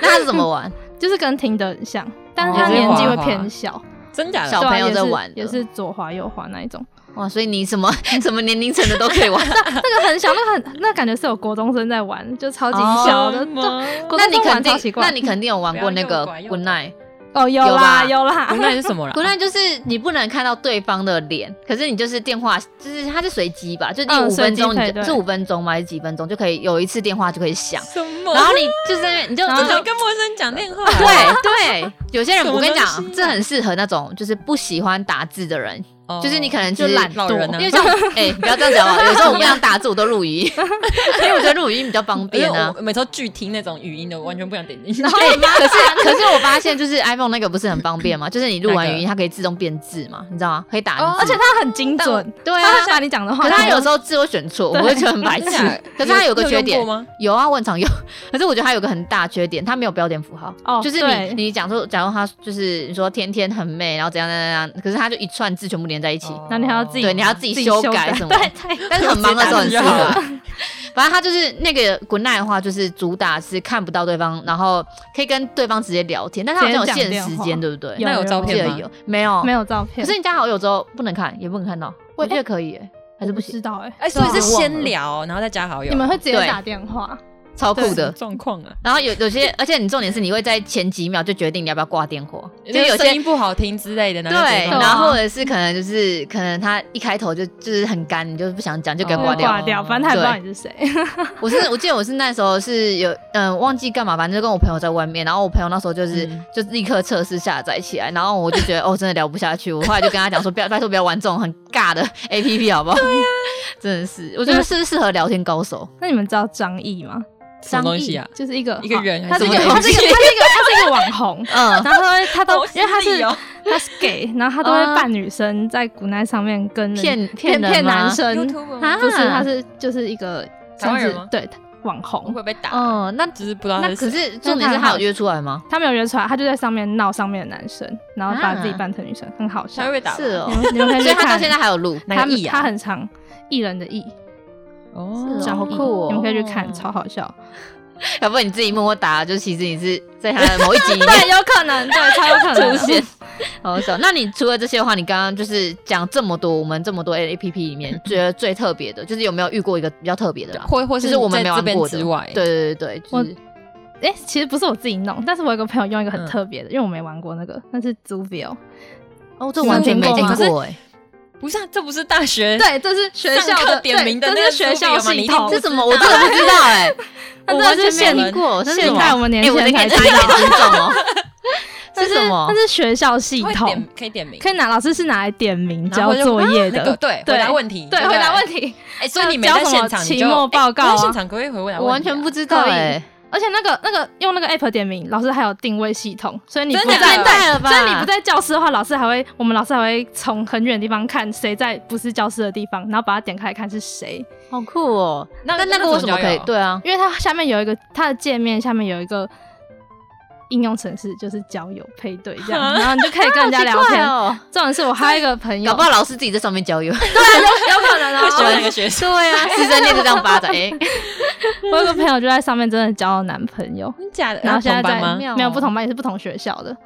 Speaker 1: 那它是怎么玩？
Speaker 3: 就是跟听的很像，但是他
Speaker 1: 哦
Speaker 3: 年纪
Speaker 2: 也
Speaker 3: 会
Speaker 2: 是滑
Speaker 3: 偏小，
Speaker 2: 真假的？
Speaker 1: 小
Speaker 3: 对啊
Speaker 1: 朋友
Speaker 3: 也
Speaker 1: 在
Speaker 3: 是
Speaker 1: 玩的
Speaker 3: 也是左滑右滑那一种。
Speaker 1: 哇，所以你什 么什么年龄层的都可以 玩。
Speaker 3: 那个很小，那个很那感觉是有国中生在玩，就超级小的。就国
Speaker 1: 那
Speaker 3: 中
Speaker 1: 你
Speaker 3: 生
Speaker 1: 肯
Speaker 3: 玩超
Speaker 1: 定
Speaker 3: 奇，怪。
Speaker 1: 那你肯定有玩过那个
Speaker 2: 不要右拐右
Speaker 1: Good Night。
Speaker 3: 哦有
Speaker 1: 有吧
Speaker 3: 啦有啦，
Speaker 2: 无奈是什么啦？
Speaker 1: 不然就是你不能看到对方的脸，可是你就是电话，就是它是随机吧，就第
Speaker 3: 嗯
Speaker 1: 五分钟
Speaker 3: 随
Speaker 1: 你
Speaker 3: 机
Speaker 1: 就
Speaker 3: 配对
Speaker 1: 是五分钟吗？还是几分钟就可以有一次电话就可以响，
Speaker 2: 什么？
Speaker 1: 然后你就是你就
Speaker 3: 然
Speaker 1: 你
Speaker 3: 后
Speaker 2: 经
Speaker 1: 就
Speaker 2: 常跟陌生人讲电话，啊
Speaker 1: 对对，有些人
Speaker 2: 什
Speaker 1: 我
Speaker 2: 么
Speaker 1: 跟你
Speaker 2: 东
Speaker 1: 讲，
Speaker 2: 西啊
Speaker 1: 这很适合那种就是不喜欢打字的人，
Speaker 2: 哦
Speaker 1: 就是你可能
Speaker 3: 就
Speaker 1: 其实
Speaker 3: 懒
Speaker 2: 老
Speaker 3: 惰
Speaker 2: 人呢啊
Speaker 1: 因 为像我哎、你不要这样讲啊！有时候我不想打字，我都录语音，因为我觉得录语音比较方
Speaker 2: 因为
Speaker 1: 便 啊。
Speaker 2: 我每次都拒听那种语音的，我完全不想点进去。
Speaker 1: 哎可
Speaker 2: 啊
Speaker 1: 是可是我发现，就是 iPhone 那个不是很方 便嘛，就是你录完语音，它可以自动变字嘛，你知道吗？可以打
Speaker 2: 哦
Speaker 1: 字，
Speaker 3: 而且它很精
Speaker 1: 但我
Speaker 3: 准，
Speaker 1: 对啊
Speaker 3: 它，会把你讲的话
Speaker 1: 可
Speaker 3: 讲
Speaker 1: 是
Speaker 3: 得，
Speaker 1: 它有时候字会选错，我会觉得很白痴
Speaker 2: 真假。
Speaker 1: 可是它有个缺
Speaker 2: 你用
Speaker 1: 点
Speaker 2: 过，吗？
Speaker 1: 有啊，我很常用。 可是我觉得它有个很大缺点，它没有标点符号。
Speaker 3: 哦
Speaker 1: 就是
Speaker 3: 对
Speaker 1: 你你讲说，假如它就是你说天天很美，然后怎样怎样怎样，可是它就一串字全部连在一起。
Speaker 2: 哦
Speaker 3: 然后你还要自己
Speaker 1: 对你还要自己修改什么
Speaker 3: 对，太
Speaker 1: 但是很忙的时候很适合
Speaker 2: 打字就。
Speaker 1: 反正他就是那个 Good Night 的话，就是主打是看不到对方，然后可以跟对方直接聊天，但他好像有限时间，对不对？
Speaker 2: 那有照
Speaker 1: 我记
Speaker 2: 片
Speaker 1: 得
Speaker 2: 吗
Speaker 1: 有没有？
Speaker 3: 没
Speaker 1: 有。
Speaker 3: 有照片，
Speaker 1: 哦可是你加好友之后不能看，也不能看到，我觉得可以、欸，还是不
Speaker 3: 不
Speaker 1: 行，
Speaker 3: 知道哎，
Speaker 2: 哎，所以
Speaker 1: 忘了
Speaker 2: 是先聊，然后再加好友。
Speaker 3: 你们会直接
Speaker 1: 对
Speaker 3: 打电话，
Speaker 1: 超酷
Speaker 2: 什么
Speaker 1: 的。
Speaker 2: 状况啊？
Speaker 1: 然后有有些，而且你重点是你会在前几秒就决定你要不要挂电话，就
Speaker 2: 那
Speaker 1: 有
Speaker 2: 声
Speaker 1: 些
Speaker 2: 音不好听之类的，然后就直接
Speaker 1: 对，
Speaker 2: 挂
Speaker 1: 然
Speaker 3: 哦
Speaker 1: 后或者是可能就是可能他一开头就就是很干，你就是不想讲就给
Speaker 2: 哦
Speaker 1: 挂
Speaker 3: 挂
Speaker 1: 掉。
Speaker 3: 掉，反正他也不知道你是谁。
Speaker 1: 我是我记得我是那时候是有嗯忘记干嘛，反正就跟我朋友在外面，然后我朋友那时候就是、
Speaker 2: 嗯
Speaker 1: 就立刻测试下载起来，然后我就觉得哦真的聊不下去，我后来就跟他讲说不要拜托不要玩这种很尬的 A P P 好不好？ 真的是，我觉得是适合聊天高 手。
Speaker 3: 那你们知道张译吗？
Speaker 2: 什么东西啊？
Speaker 3: 就是一个
Speaker 2: 一个人
Speaker 3: 他是一
Speaker 1: 还
Speaker 3: 个
Speaker 1: 是什么，
Speaker 3: 他是一个他是一个他是一个网红
Speaker 1: 嗯，
Speaker 3: 然后他会他都因为他
Speaker 2: 好犀利哦
Speaker 3: 是他是 gay，然后他都会扮女生在古奈上面跟人
Speaker 1: 骗
Speaker 3: 骗
Speaker 1: 人
Speaker 3: 骗
Speaker 1: 吗
Speaker 3: 男生，
Speaker 2: YouTube 吗
Speaker 1: 啊
Speaker 3: 不是他是就是一个
Speaker 2: 台湾人
Speaker 3: 甚
Speaker 2: 吗
Speaker 3: 至对网红，
Speaker 2: 会被打，
Speaker 1: 哦、那
Speaker 2: 就是不知道他
Speaker 1: 那
Speaker 2: 是
Speaker 1: 可
Speaker 2: 谁。
Speaker 1: 是重点是他有约出来吗？
Speaker 3: 他没有约出来，他就在上面闹上面的男生，然后把自己
Speaker 1: 啊
Speaker 3: 扮成女生，很好笑
Speaker 2: 他。会被打吧，
Speaker 1: 是哦
Speaker 3: 你，们你们可以
Speaker 1: 所
Speaker 3: 去
Speaker 1: 以他到
Speaker 3: 看
Speaker 1: 现在还有录。
Speaker 2: 哪
Speaker 3: 他
Speaker 2: 个艺啊
Speaker 3: 他很长艺人的艺，
Speaker 2: 哦
Speaker 1: 是
Speaker 3: 张
Speaker 1: 好
Speaker 3: 译
Speaker 1: 酷哦
Speaker 3: 你们可以去看，超好笑。
Speaker 1: 要不然你自己默默打，就其实你是在他的某一集 里面
Speaker 3: 对，有可能，对，超有 可能
Speaker 1: 出现。好笑。那你除了这些的话，你刚刚就是讲这么多，我们这么多 A P P 里面，觉得最特别的，就是有没有遇过一个比较特别的啦？
Speaker 2: 哦或或
Speaker 1: 就是我们
Speaker 2: 在
Speaker 1: 没
Speaker 2: 这
Speaker 1: 玩
Speaker 2: 边
Speaker 1: 过的
Speaker 2: 之外，
Speaker 1: 对，对对对，就是
Speaker 3: 哎、其实不是我自己弄，但是我有个朋友用一个很
Speaker 2: 嗯
Speaker 3: 特别的，因为我没玩过那个，那是 Zubio。
Speaker 1: 哦，这完全没
Speaker 3: 你有
Speaker 1: 听
Speaker 3: 听
Speaker 1: 过哎，
Speaker 2: 不是啊，这不是大学
Speaker 3: 对，这是学
Speaker 2: 上
Speaker 3: 校
Speaker 2: 课
Speaker 3: 的
Speaker 2: 点名的
Speaker 3: 对
Speaker 2: 那
Speaker 3: 这
Speaker 2: 个
Speaker 3: 是学校
Speaker 2: Zubio 嘛你一
Speaker 3: 系
Speaker 2: 定
Speaker 3: 统
Speaker 2: 不。
Speaker 1: 这什么？我真的不知道哎，
Speaker 3: 那
Speaker 1: 我
Speaker 3: 真的
Speaker 1: 完
Speaker 3: 是
Speaker 1: 全没有
Speaker 3: 现
Speaker 1: 听过，这是什
Speaker 3: 现
Speaker 1: 么
Speaker 3: 在我们年
Speaker 1: 哎
Speaker 3: 轻
Speaker 1: 我
Speaker 3: 人
Speaker 1: 可以打
Speaker 3: 才知
Speaker 1: 给
Speaker 3: 道，
Speaker 1: 听众 哦。这
Speaker 3: 这是
Speaker 1: 是什么
Speaker 3: 那？是学校系
Speaker 2: 会
Speaker 3: 统
Speaker 2: 点，可以点名，
Speaker 3: 可以拿老师是拿来点名
Speaker 2: 然后
Speaker 3: 交
Speaker 2: 就啊
Speaker 3: 作业
Speaker 2: 那个
Speaker 3: 的，
Speaker 2: 对
Speaker 3: 对
Speaker 2: 回答问题，
Speaker 3: 对，
Speaker 2: 不
Speaker 3: 回答问。题。
Speaker 2: 哎，所以你没
Speaker 3: 交
Speaker 2: 在
Speaker 3: 什么
Speaker 2: 现场，你
Speaker 3: 期
Speaker 2: 就
Speaker 3: 末
Speaker 2: 哎
Speaker 3: 报告
Speaker 2: 你在
Speaker 3: 啊
Speaker 2: 现场可不可以回答问题啊？
Speaker 1: 我完全不知道
Speaker 3: 可以
Speaker 1: 哎，
Speaker 3: 而且那个那个用那个 app 点名，老师还有定位系统，所以你不
Speaker 2: 真的假
Speaker 3: 在
Speaker 2: 的
Speaker 3: 对
Speaker 1: 太了吧
Speaker 3: 所以你不在教室的话，老师还会，我们老师还会从很远的地方看谁在不是教室的地方，然后把它点开来看是谁。
Speaker 1: 好酷哦。
Speaker 2: 那
Speaker 1: 但那个为什么可以？
Speaker 2: 那怎交友
Speaker 1: 对啊，
Speaker 3: 因为它下面有一个它的界面下面有一个应用程式，就是交友配对 这样，然后你就可以跟人家聊
Speaker 1: 好奇怪
Speaker 3: 天。
Speaker 1: 哦。
Speaker 3: 重点是我还有一个朋友，
Speaker 1: 搞不好老师自己在上面交友。
Speaker 3: 对，有有可 能
Speaker 2: 会喜欢哪
Speaker 3: 哦。
Speaker 2: 个学生？
Speaker 1: 对啊，师生恋就这样发展。哎，
Speaker 3: 我有个朋友就在上面真的交到男朋友，
Speaker 2: 真假的？
Speaker 3: 然后现在
Speaker 2: 同班
Speaker 3: 在
Speaker 2: 吗？
Speaker 1: 妙哦
Speaker 3: 没有不同班，也是不同学校的，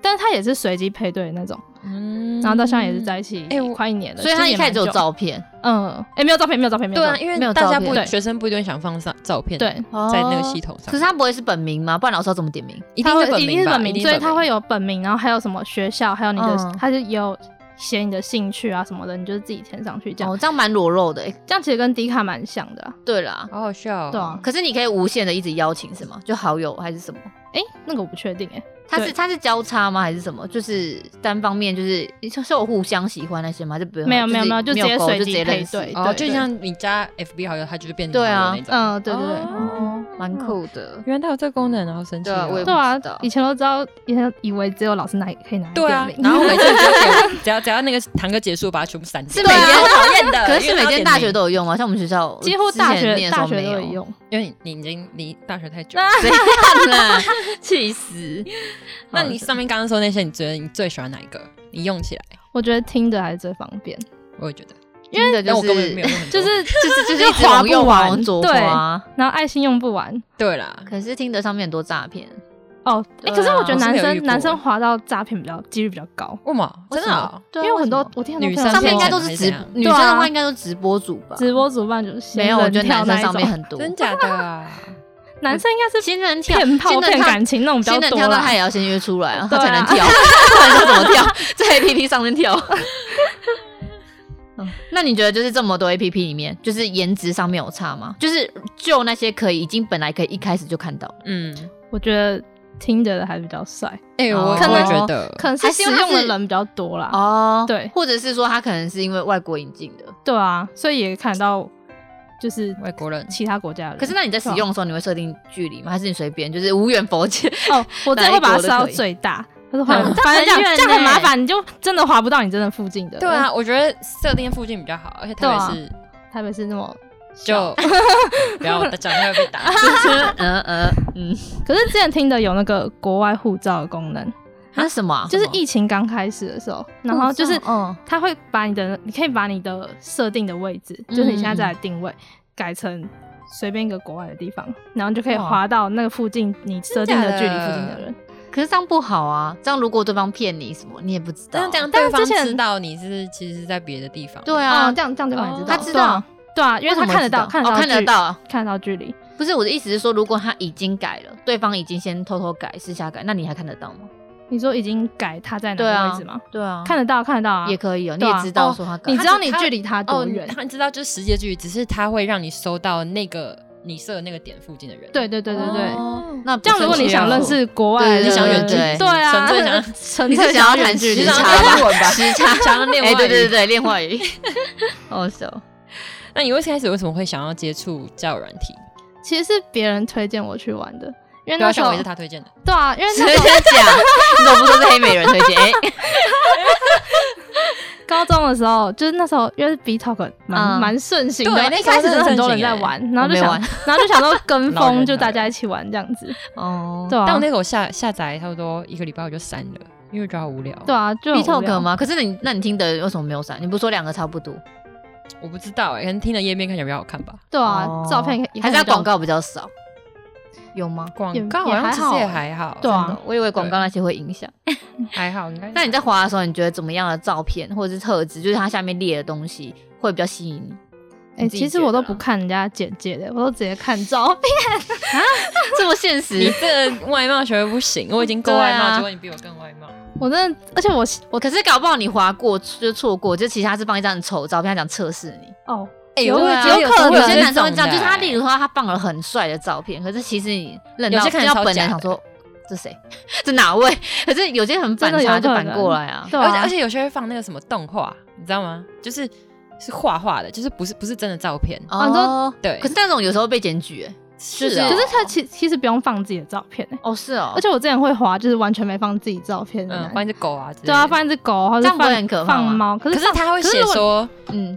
Speaker 3: 但是他也是随机配对的那种。
Speaker 2: 嗯
Speaker 3: 然后到现在也是在一起
Speaker 2: 哎我
Speaker 3: 快一年 了，
Speaker 1: 所以他一
Speaker 3: 其实也
Speaker 1: 开
Speaker 3: 蛮
Speaker 1: 始只有
Speaker 3: 久，
Speaker 1: 照片。
Speaker 3: 嗯，哎，没有照片，没有照片，没有
Speaker 2: 对
Speaker 3: 照
Speaker 2: 啊，
Speaker 3: 片，
Speaker 2: 因为
Speaker 1: 没有
Speaker 2: 大家
Speaker 1: 照片
Speaker 2: 不
Speaker 3: 对
Speaker 2: 学生不一定想放上照片，，
Speaker 3: 对，哦
Speaker 2: 在那个系统上
Speaker 1: 哦可是，他不会是本名吗？不然老师要怎么点名？
Speaker 2: 一定是
Speaker 3: 他会
Speaker 2: 本
Speaker 3: 一定
Speaker 2: 名
Speaker 3: 是
Speaker 2: 吧，
Speaker 3: 本
Speaker 2: 一定
Speaker 3: 名，
Speaker 2: 是
Speaker 3: 所以
Speaker 2: 本
Speaker 3: 他
Speaker 2: 名
Speaker 3: 会有本名，然后还有什么学校，还有你的
Speaker 1: 嗯，
Speaker 3: 他就有写你的兴趣啊什么的，你就是自己填上去这样
Speaker 1: 哦，，这样蛮裸露的、欸。
Speaker 3: 这样其实跟迪卡蛮像的啊，
Speaker 1: 对啦，
Speaker 2: 好好笑哦，
Speaker 3: 对啊，
Speaker 1: 可是你可以无限的一直邀请是吗？就好友还是什么？
Speaker 3: 哎，那个我不确定哎，
Speaker 1: 他是
Speaker 3: 对
Speaker 1: 他是交叉吗？还是什么？就是单方面就是就是有互相喜欢那些吗？就不用
Speaker 3: 没有没有
Speaker 1: 没
Speaker 3: 没有就直接
Speaker 1: 勾
Speaker 3: 随
Speaker 1: 就
Speaker 3: 机
Speaker 1: 直接认识
Speaker 3: 配对
Speaker 2: 哦，就
Speaker 3: 对
Speaker 2: 像你加 FB 好友，它就是变成
Speaker 1: 对啊
Speaker 2: 好友那种。
Speaker 3: 嗯，对对对。
Speaker 1: 哦，蛮酷的。
Speaker 2: 原来它有这个功能，然后神奇
Speaker 1: 对啊
Speaker 2: 哦。
Speaker 1: 我也不
Speaker 3: 对啊
Speaker 1: 知道，
Speaker 3: 以前都知道，以前以为只有老师拿可以拿来
Speaker 2: 对啊
Speaker 3: 点，名
Speaker 2: 然后每次只要点只要只要那个堂课结束，把它全部删
Speaker 1: 是
Speaker 2: 掉。
Speaker 1: 每
Speaker 2: 对
Speaker 1: 间
Speaker 2: 啊 讨厌的
Speaker 1: 可是是每间大学
Speaker 2: 都，
Speaker 1: 都有用啊吗？像我们学校
Speaker 3: 几乎大
Speaker 1: 之前
Speaker 3: 学
Speaker 1: 念的时
Speaker 3: 大
Speaker 1: 候
Speaker 3: 学
Speaker 1: 没
Speaker 3: 都
Speaker 1: 有
Speaker 3: 有， 用，
Speaker 2: 因为你你已经离大学太久了。
Speaker 1: 怎样啦？气死！
Speaker 2: 那你上面刚刚说那些，你觉得你最喜欢哪一个？你用起来，
Speaker 3: 我觉得听着还是最方便，
Speaker 2: 我也觉得。
Speaker 1: 因为
Speaker 2: 但
Speaker 1: 就
Speaker 2: 我根本
Speaker 1: 是
Speaker 2: 没有用 很多，
Speaker 3: 就是
Speaker 1: 就是就是
Speaker 3: 啊就
Speaker 1: 一直
Speaker 3: 滑
Speaker 1: 往
Speaker 3: 不
Speaker 1: 右
Speaker 3: 完
Speaker 1: 往左
Speaker 3: 对
Speaker 1: 滑。
Speaker 3: 然后爱心用不完，
Speaker 2: 对啦，
Speaker 1: 可是听得上面很多诈骗，
Speaker 3: 哦，哎、
Speaker 1: 对啊
Speaker 3: 可是我觉得男
Speaker 2: 我是没有遇
Speaker 3: 生
Speaker 2: 过
Speaker 3: 男生滑到诈骗比较几率比较高，
Speaker 2: 为什么？真的哦？
Speaker 1: 对啊
Speaker 3: 因为我很多
Speaker 1: 什么
Speaker 3: 我听很多
Speaker 2: 女
Speaker 3: 朋友
Speaker 1: 上
Speaker 2: 生
Speaker 1: 面
Speaker 3: 说
Speaker 1: 应该都是直
Speaker 2: 还是怎样，
Speaker 1: 女生的
Speaker 3: 对
Speaker 1: 话
Speaker 3: 啊
Speaker 1: 应该都直播主吧？
Speaker 3: 直播主办就是
Speaker 1: 没有，我觉得
Speaker 3: 仙人
Speaker 1: 男
Speaker 3: 跳
Speaker 1: 生
Speaker 3: 那一
Speaker 1: 上
Speaker 3: 种
Speaker 1: 面很多。
Speaker 2: 真假的啊？
Speaker 3: 男生应该是
Speaker 1: 新人跳，
Speaker 3: 骗炮
Speaker 1: 新人
Speaker 3: 骗
Speaker 1: 跳，
Speaker 3: 感情那种比较
Speaker 1: 新人
Speaker 3: 多
Speaker 1: 跳到
Speaker 3: 啦
Speaker 1: 他也要先约出来啊，他
Speaker 3: 对
Speaker 1: 才
Speaker 3: 啊
Speaker 1: 能 跳，不然他怎么跳？在 APP 上面跳。嗯那你觉得就是这么多 A P P 里面，就是颜值上面有差吗？就是就那些可以已经本来可以一开始就看到，
Speaker 2: 嗯，
Speaker 3: 我觉得听着的还比较帅，
Speaker 2: 哎、我
Speaker 1: 哦
Speaker 2: 我也
Speaker 1: 可能
Speaker 2: 觉得，
Speaker 3: 可能
Speaker 1: 还
Speaker 3: 是
Speaker 1: 是
Speaker 3: 使
Speaker 1: 因为
Speaker 3: 用
Speaker 1: 他
Speaker 3: 的
Speaker 1: 是
Speaker 3: 人比较多啦。
Speaker 1: 哦，
Speaker 3: 对
Speaker 1: 或者是说他可能是因为外国引进的。
Speaker 3: 对啊，所以也看得到就是
Speaker 2: 外国人
Speaker 3: 其他国家的人。
Speaker 1: 可是那你在使用的时候，你会设定距离吗？还是你随便就是无远佛 界？
Speaker 3: 哦，我真的会把它
Speaker 1: 哪一国都
Speaker 3: 设到
Speaker 1: 可以
Speaker 3: 最大，可是会
Speaker 2: 嗯
Speaker 3: 反正这样
Speaker 1: 但很远
Speaker 3: 这样很麻
Speaker 1: 欸
Speaker 3: 烦，你就真的划不到你真的附近的。
Speaker 2: 对，啊，我觉得设定附近比较好，而且特
Speaker 3: 对啊
Speaker 2: 别是
Speaker 3: 台北是那么
Speaker 2: 就 不要讲那个被 打，
Speaker 1: 嗯嗯嗯，
Speaker 3: 可是之前听的有那个国外护照的功能，
Speaker 1: 那什么啊？
Speaker 3: 就是
Speaker 1: 什么
Speaker 3: 疫情刚开始的时候，然后就是
Speaker 1: 嗯
Speaker 3: 它会把你的，你可以把你的设定的位置，
Speaker 1: 嗯
Speaker 3: 就是你现在再来定位，改成随便一个国外的地方，然后你就可以
Speaker 1: 哇
Speaker 3: 滑到那个附近你设定的距离
Speaker 2: 真假的
Speaker 3: 附近的人。
Speaker 1: 可是这样不好啊！这样如果对方骗你什么，你也不知道。
Speaker 2: 但这样
Speaker 3: 但
Speaker 2: 对
Speaker 3: 是
Speaker 2: 方
Speaker 3: 之前
Speaker 2: 知道你是其实是在别的地方。
Speaker 1: 对
Speaker 3: 啊，
Speaker 1: 啊，
Speaker 3: 这样这样就蛮知道，
Speaker 2: 他
Speaker 1: 知
Speaker 3: 对啊，对啊，因为
Speaker 1: 为什
Speaker 3: 他
Speaker 1: 么
Speaker 3: 看得
Speaker 1: 知道
Speaker 3: 到，看得
Speaker 1: 哦
Speaker 3: 到，
Speaker 1: 看得，到。
Speaker 3: 看得到距离。
Speaker 1: 不是我的意思是说，如果他已经改了，对方已经先偷偷改、私下改，那你还看得到吗？
Speaker 3: 你说已经改他在哪
Speaker 1: 对
Speaker 3: 个
Speaker 1: 啊
Speaker 3: 位置吗？
Speaker 1: 对啊，
Speaker 3: 看得到，看得到啊，
Speaker 1: 也可以哦，你
Speaker 3: 对啊
Speaker 1: 也知道说他改
Speaker 3: 你
Speaker 1: 了。
Speaker 3: 知道
Speaker 2: 他
Speaker 3: 你
Speaker 2: 他
Speaker 3: 距离他多
Speaker 2: 哦
Speaker 3: 远，？
Speaker 2: 他知道就是时间距离，只是他会让你收到那个你设的那个点附近的人。
Speaker 3: 对对对对对。
Speaker 1: 哦那不
Speaker 3: 这样，如果你
Speaker 1: 神奇
Speaker 3: 想
Speaker 1: 哦
Speaker 3: 认识国外，
Speaker 1: 对
Speaker 2: 你想远
Speaker 3: 远
Speaker 2: 距离
Speaker 3: 对啊，
Speaker 2: 纯粹想
Speaker 3: 纯
Speaker 1: 你
Speaker 3: 粹
Speaker 1: 是想要
Speaker 3: 远
Speaker 1: 谈距
Speaker 3: 距离
Speaker 1: 离
Speaker 2: 想
Speaker 1: 差
Speaker 2: 要
Speaker 1: 吧？
Speaker 2: 练吻吧
Speaker 1: 时差
Speaker 2: 想要练
Speaker 1: 哎，对
Speaker 2: 外
Speaker 1: 对
Speaker 2: 语
Speaker 1: 对对，练外 语，好笑。
Speaker 2: 那你为什么开始为什么会想要接触交友软体？
Speaker 3: 其实是别人推荐我去玩的，因为
Speaker 2: 对啊，
Speaker 3: 那时
Speaker 2: 像
Speaker 3: 候
Speaker 2: 我也是他推荐的。
Speaker 3: 对啊，因为
Speaker 1: 真
Speaker 3: 那
Speaker 1: 的
Speaker 3: 时候
Speaker 1: 假？你怎么不说是黑美人推荐？哎，
Speaker 3: 高中的时候，就是那时候因为 B Talk 蛮
Speaker 1: 嗯
Speaker 3: 蛮盛行的，
Speaker 2: 对那
Speaker 3: 一开始
Speaker 2: 时候
Speaker 3: 真的很
Speaker 2: 很
Speaker 3: 多
Speaker 2: 盛
Speaker 3: 人
Speaker 2: 行
Speaker 3: 在
Speaker 2: 欸
Speaker 3: 玩，然后就
Speaker 1: 没
Speaker 3: 想
Speaker 1: 玩，
Speaker 3: 然后就想说跟
Speaker 2: 老人
Speaker 3: 风，就
Speaker 2: 老
Speaker 3: 大
Speaker 2: 人
Speaker 3: 家一起玩这样子，
Speaker 1: 哦
Speaker 3: 对
Speaker 2: 但
Speaker 3: 啊
Speaker 2: 我，那个我下下载差不多一个礼拜我就删了，因为我觉得好无聊。
Speaker 3: 对啊，就
Speaker 1: ，B
Speaker 3: 很无聊
Speaker 1: Talk 吗？可是你那你听的为什么没有删？你不是说两个差不多？
Speaker 2: 我不知道哎、可能听的页面看起来比较好看吧。
Speaker 3: 对啊
Speaker 1: 哦，
Speaker 3: 照片也也
Speaker 1: 还是
Speaker 3: 看
Speaker 1: 它
Speaker 3: 得到
Speaker 1: 广，告比较少？有吗？
Speaker 2: 广
Speaker 3: 也
Speaker 2: 告好像其实
Speaker 3: 也
Speaker 2: 也
Speaker 3: 还
Speaker 2: 还好，
Speaker 3: 对啊
Speaker 1: 真的我以为广告那些会影响。
Speaker 2: 还好。应该
Speaker 3: 嗯
Speaker 1: 那你在滑的时候，你觉得怎么样的照片或者是特质，就是它下面列的东西会比较吸引你？
Speaker 3: 哎，
Speaker 1: 你自己
Speaker 3: 其实
Speaker 1: 觉
Speaker 3: 我
Speaker 1: 得
Speaker 3: 都
Speaker 1: 啦
Speaker 3: 不看人家简介的，我都直接看照片，
Speaker 1: 这么现实
Speaker 2: 你？这个外貌学会不行，我已 经够
Speaker 1: 对啊
Speaker 2: 外貌，结果你比我更外貌。
Speaker 3: 我真的，而且我
Speaker 1: 我可是搞不好你滑过就错过，就其实他是放一张很丑的照片，他想测试你。
Speaker 3: 哦，
Speaker 2: 哎
Speaker 3: 有
Speaker 2: 我也
Speaker 3: 啊
Speaker 2: 觉得
Speaker 1: 有
Speaker 2: 时候
Speaker 1: 可能有些
Speaker 2: 这
Speaker 1: 男生会
Speaker 2: 种
Speaker 1: 这样，
Speaker 2: 的
Speaker 1: 就是他
Speaker 2: 欸
Speaker 1: 例如说他放了很帅的照片，可是其实你认到
Speaker 2: 有些看起来
Speaker 1: 就
Speaker 2: 超
Speaker 1: 要本
Speaker 2: 假
Speaker 1: 能想
Speaker 2: 的
Speaker 1: 说这谁 这哪位？可是有些很反
Speaker 3: 真的有
Speaker 1: 差，就
Speaker 3: 可
Speaker 1: 反
Speaker 3: 能
Speaker 1: 过来 啊。
Speaker 3: 对
Speaker 2: 而且
Speaker 3: 啊
Speaker 2: 而，且哦有些会放那个什么动画，你知道吗？就是是画画的，就是不是不是真的照片。
Speaker 3: 哦你说，
Speaker 2: 对，
Speaker 1: 可是那种有时候被检举欸，
Speaker 2: 是
Speaker 1: 是
Speaker 2: 哦
Speaker 1: 啊
Speaker 3: 可是他其其实不用放自己的照片欸
Speaker 1: 哦是哦，
Speaker 3: 而且我之前会滑，就是完全没放自己照片的
Speaker 2: 嗯，
Speaker 3: 男
Speaker 2: 放一只狗啊之类的，
Speaker 3: 对啊，放一只狗，或
Speaker 1: 这
Speaker 3: 者
Speaker 1: 样不
Speaker 3: 放
Speaker 1: 会很可怕吗
Speaker 3: 放猫，可
Speaker 2: 可
Speaker 3: 是
Speaker 2: 是他会
Speaker 3: 可是
Speaker 2: 写
Speaker 3: 如果
Speaker 2: 说，
Speaker 1: 嗯，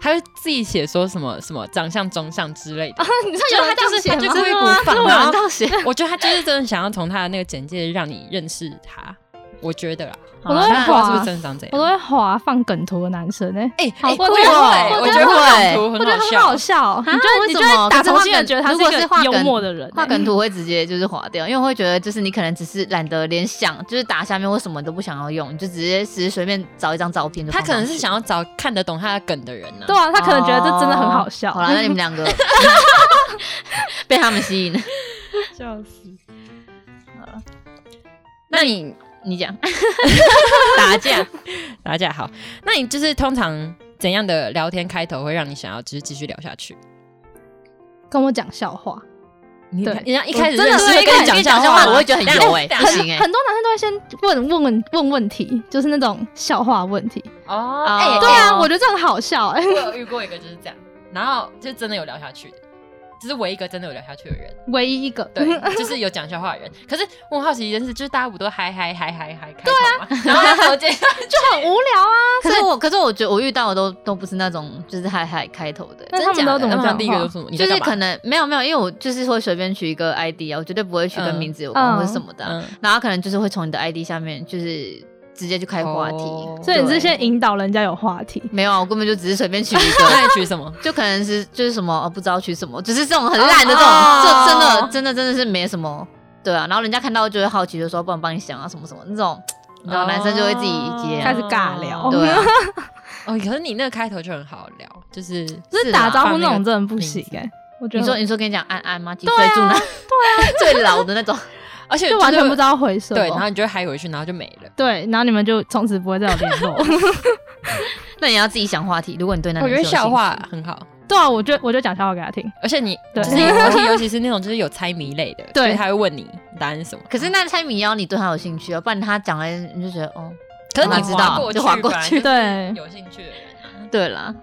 Speaker 2: 他会自己写说什么什么长相中相之类的。
Speaker 3: 你知道有人这样写
Speaker 2: 他就故意不
Speaker 3: 吗？
Speaker 2: 放，
Speaker 1: 有
Speaker 2: 然
Speaker 1: 人
Speaker 2: 后
Speaker 1: 到写，
Speaker 2: 我觉得他就是真的想要从他的那个简介让你认识他，我觉得啦，啊
Speaker 3: 我都
Speaker 1: 好
Speaker 3: 会
Speaker 1: 那
Speaker 2: 不知道是不
Speaker 3: 滑
Speaker 2: 是，真的长这
Speaker 3: 我都
Speaker 2: 样。
Speaker 3: 会滑放梗图的男生哎，
Speaker 2: 哎，
Speaker 3: 好
Speaker 2: 哎
Speaker 3: 过
Speaker 2: 会
Speaker 3: 这个
Speaker 2: 会
Speaker 3: 我
Speaker 2: 哦我
Speaker 3: 觉
Speaker 2: 觉
Speaker 3: 得
Speaker 2: 得
Speaker 1: 会
Speaker 2: 画梗图
Speaker 3: 我
Speaker 2: 很
Speaker 3: 觉得
Speaker 2: 好
Speaker 3: 很
Speaker 2: 笑，
Speaker 3: 好笑哦，
Speaker 1: 啊
Speaker 3: 你就会
Speaker 1: 为
Speaker 3: 你
Speaker 1: 什
Speaker 3: 就
Speaker 1: 么
Speaker 3: 会
Speaker 1: 可
Speaker 3: 打
Speaker 1: 是
Speaker 3: 从
Speaker 1: 画
Speaker 3: 心的
Speaker 1: 梗
Speaker 3: 觉得他
Speaker 1: 如
Speaker 3: 一
Speaker 1: 果
Speaker 3: 个
Speaker 1: 是画
Speaker 3: 幽
Speaker 1: 梗
Speaker 3: 默的人欸，
Speaker 1: 画梗图会直接就是划掉，因为我会觉得就是你可能只是懒得连想，就是打下面或什么都不想要用，你就直接只是随便找一张照片就
Speaker 2: 他
Speaker 1: 放上去。
Speaker 2: 可能是想要找看得懂他的梗的人呢
Speaker 3: 对。啊，他可能觉得这真的很好笑。
Speaker 1: 哦好了，那你们两 个被他们吸引了。
Speaker 2: 笑死。那你
Speaker 1: 你讲
Speaker 3: 啊
Speaker 1: 打架，
Speaker 2: 大家好，那你就是通常怎样的聊天开头会让你想要就是继续聊下去？
Speaker 3: 跟我讲笑话，
Speaker 2: 你
Speaker 3: 对
Speaker 2: 人家一开始
Speaker 3: 我真的
Speaker 2: 认识
Speaker 3: 是
Speaker 2: 会跟你
Speaker 3: 一开始
Speaker 2: 讲
Speaker 1: 跟你讲
Speaker 2: 笑
Speaker 1: 笑话我会觉得很油欸
Speaker 2: 等一 下
Speaker 3: 很
Speaker 1: 不行欸
Speaker 3: 很多男生都会先问问问问问题，就是那种笑话问题。
Speaker 2: 哦，
Speaker 1: 哦
Speaker 2: 哎，
Speaker 3: 对
Speaker 2: 哎
Speaker 3: 啊，我觉得这很好笑哎。
Speaker 2: 我有遇过一个就是这样，然后就真的有聊下去的，只是我一个真的有聊下去的人，
Speaker 3: 唯一一个
Speaker 2: 对，就是有讲笑话的人。可是我很好奇一件事，就是大家不都嗨嗨嗨嗨嗨开头吗？然后他头 接下去，
Speaker 3: 很无聊啊。
Speaker 1: 可是我，可是我觉得我遇到的都都不是那种就是嗨嗨开头的，
Speaker 3: 那他们都怎么
Speaker 2: 讲？
Speaker 3: 讲
Speaker 2: 第一个都是什么？你
Speaker 1: 就
Speaker 2: 在
Speaker 1: 是
Speaker 2: 干嘛
Speaker 1: 可能没有没有，因为我就是会随便取一个 ID 啊，我绝对不会取跟
Speaker 2: 嗯
Speaker 1: 名字有关
Speaker 3: 嗯
Speaker 1: 或者什么的啊，
Speaker 2: 嗯，
Speaker 1: 然后可能就是会从你的 ID 下面就是直接去开话题
Speaker 2: 哦，
Speaker 3: 所以你
Speaker 1: 对
Speaker 3: 是先引导人家有话题，
Speaker 1: 没有啊，我根本就只是随便取一
Speaker 2: 那
Speaker 1: 个。
Speaker 2: 你取什么？
Speaker 1: 就可能是就是什么、哦、不知道取什么，只是这种很烂的这种，
Speaker 2: 哦
Speaker 1: 这真的真的真的是没什么，对啊。然后人家看到就会好奇，就说不然帮你想啊什么什么那种，你知道男生就会自己接啊
Speaker 3: 开始尬聊
Speaker 1: 对啊，
Speaker 2: 哦，可是你那个开头就很好聊，就是
Speaker 3: 就是
Speaker 1: 是
Speaker 3: 打
Speaker 1: 啦
Speaker 3: 招呼
Speaker 2: 放
Speaker 3: 那
Speaker 2: 那
Speaker 3: 种
Speaker 2: 个
Speaker 3: 真的不行哎。我觉得
Speaker 1: 你说你说跟你讲安安吗？几岁住哪？对啊，最老的那种。
Speaker 2: 而且
Speaker 3: 就完全不知
Speaker 2: 道。
Speaker 3: 道回什么。
Speaker 2: 对，然后你就会嗨回去，然后就没了。
Speaker 3: 对然后你们就从此不会再有联络。
Speaker 1: 那你要自己想话题，如果你对那
Speaker 2: 我觉得
Speaker 1: 男生有兴
Speaker 2: 笑
Speaker 1: 趣
Speaker 2: 话很好，
Speaker 3: 对啊，我就我就讲笑话给他听。
Speaker 2: 而且你
Speaker 3: 对
Speaker 2: 就是尤其尤其是那种就是有猜谜类的，
Speaker 3: 对
Speaker 2: 所以他会问你答案是什么。
Speaker 1: 可是那猜谜要你对他有兴趣啊，不然他讲了你就觉得哦，
Speaker 2: 可是
Speaker 1: 啊
Speaker 2: 你
Speaker 1: 知
Speaker 2: 划
Speaker 1: 道
Speaker 2: 过
Speaker 1: 就划过
Speaker 2: 反而
Speaker 1: 去
Speaker 2: 就是
Speaker 3: 对
Speaker 2: 有兴趣的人啊。
Speaker 1: 对啦。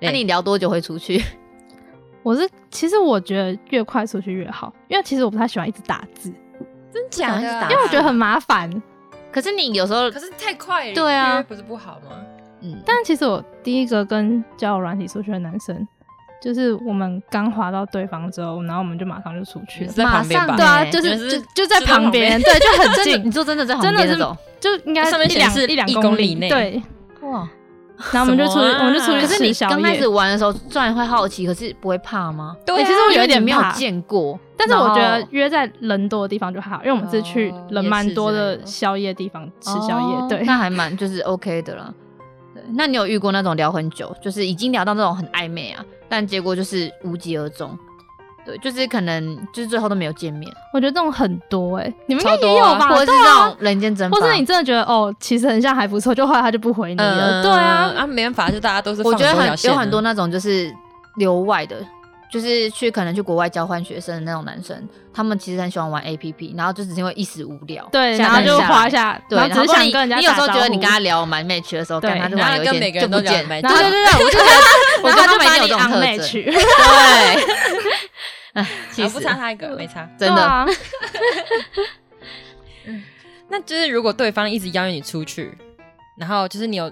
Speaker 1: 那、
Speaker 2: 对
Speaker 1: 你聊多久会出去？
Speaker 3: 我是其实我觉得越快出去越好，因为其实我不太喜欢一直打字，
Speaker 2: 真
Speaker 1: 假的啊
Speaker 3: 因为我觉得很麻烦。
Speaker 2: 嗯
Speaker 1: 可是你有时候
Speaker 2: 可，是太快，
Speaker 1: 对啊
Speaker 2: 约不是不好吗？
Speaker 1: 嗯，
Speaker 3: 但其实我第一个跟交友软体出去的男生，就是我们刚滑到对方之后，然后我们就马上就出去
Speaker 2: 你
Speaker 3: 了
Speaker 2: 是。在旁边吧
Speaker 1: 马上
Speaker 3: 对啊，
Speaker 1: 欸
Speaker 3: 就是
Speaker 2: 就是
Speaker 3: 就就在
Speaker 2: 就在
Speaker 3: 旁边， 对，就很
Speaker 1: 真的，
Speaker 3: 近
Speaker 1: 你，说真的在旁
Speaker 3: 真的
Speaker 1: 边那
Speaker 3: 是
Speaker 1: 种，
Speaker 3: 就应该
Speaker 2: 上面
Speaker 3: 一两
Speaker 2: 显示
Speaker 3: 一两
Speaker 2: 一公里内
Speaker 3: 对，
Speaker 1: 哇！
Speaker 3: 然后我们就出去，
Speaker 2: 什么啊
Speaker 3: 我们就出
Speaker 1: 可
Speaker 3: 去
Speaker 1: 是你
Speaker 3: 吃宵夜。
Speaker 1: 刚开始玩的时候，虽然会好奇，可是不会怕吗？
Speaker 2: 对
Speaker 3: 欸
Speaker 2: 啊，
Speaker 3: 其实我有一
Speaker 1: 因为
Speaker 3: 点
Speaker 1: 你没有
Speaker 3: 怕
Speaker 1: 见过，
Speaker 3: 但是我
Speaker 1: 然
Speaker 3: 觉得
Speaker 1: 后
Speaker 3: 呃约在人多的地方就还好，因为我们是去
Speaker 2: 哦
Speaker 3: 人蛮多
Speaker 1: 夜市之类
Speaker 3: 的
Speaker 1: 的
Speaker 3: 宵夜地方吃宵夜。
Speaker 1: 哦
Speaker 3: 对，
Speaker 1: 那还蛮就是 OK 的啦。对，那你有遇过那种聊很久，就是已经聊到那种很暧昧啊，但结果就是无疾而终。对，就是可能就是最后都没有见面，
Speaker 3: 我觉得这种很多
Speaker 1: 欸
Speaker 3: 哎、你们应
Speaker 2: 超
Speaker 3: 该
Speaker 2: 多
Speaker 3: 也有
Speaker 2: 啊
Speaker 3: 吧？
Speaker 1: 或者是
Speaker 3: 对
Speaker 1: 这
Speaker 3: 啊
Speaker 1: 种人间蒸发，
Speaker 3: 或者你真的觉得哦，其实很像还不错，就后来他就不回你了。
Speaker 1: 呃
Speaker 2: 嗯
Speaker 3: 对啊，
Speaker 2: 啊，没办法，就大家都是
Speaker 1: 我觉得
Speaker 2: 放多
Speaker 1: 很
Speaker 2: 条线
Speaker 1: 有
Speaker 2: 啊
Speaker 1: 很多那种就是留外的，就是去可能去国外交换学生的那种男生，他们其实很喜欢玩 A P P，然后就只是因为一时无聊，
Speaker 3: 对，
Speaker 1: 下
Speaker 3: 然后
Speaker 1: 载
Speaker 3: 就
Speaker 1: 下来
Speaker 3: 滑一。下，
Speaker 1: 对，
Speaker 3: 然后只是
Speaker 1: 不然
Speaker 3: 想
Speaker 1: 你
Speaker 3: 跟人家
Speaker 1: 你有时候
Speaker 3: 打
Speaker 1: 觉得
Speaker 3: 招
Speaker 1: 你
Speaker 3: 呼
Speaker 1: 跟他聊蛮 match 的时候，
Speaker 3: 对
Speaker 1: 干他就
Speaker 2: 然
Speaker 1: 玩
Speaker 2: 后
Speaker 1: 有
Speaker 2: 跟
Speaker 1: 点
Speaker 2: 每个
Speaker 1: 就
Speaker 2: 人
Speaker 1: 不
Speaker 2: 都聊
Speaker 1: 见，
Speaker 2: 蛮
Speaker 1: 对
Speaker 3: 然后
Speaker 1: 对 对，我就觉得我
Speaker 3: 然
Speaker 1: 跟
Speaker 3: 后
Speaker 1: 他
Speaker 3: 就
Speaker 1: 蛮
Speaker 3: 把
Speaker 1: 有
Speaker 3: 你
Speaker 1: 这种特
Speaker 3: unmatch
Speaker 1: 征， 对，哎，气
Speaker 2: 啊
Speaker 1: 死
Speaker 2: 不
Speaker 1: 了，
Speaker 2: 差他一个，没差。
Speaker 1: 真
Speaker 3: 对
Speaker 1: 的，
Speaker 3: 啊，
Speaker 2: 那就是如果对方一直邀约你出去，然后就是你有，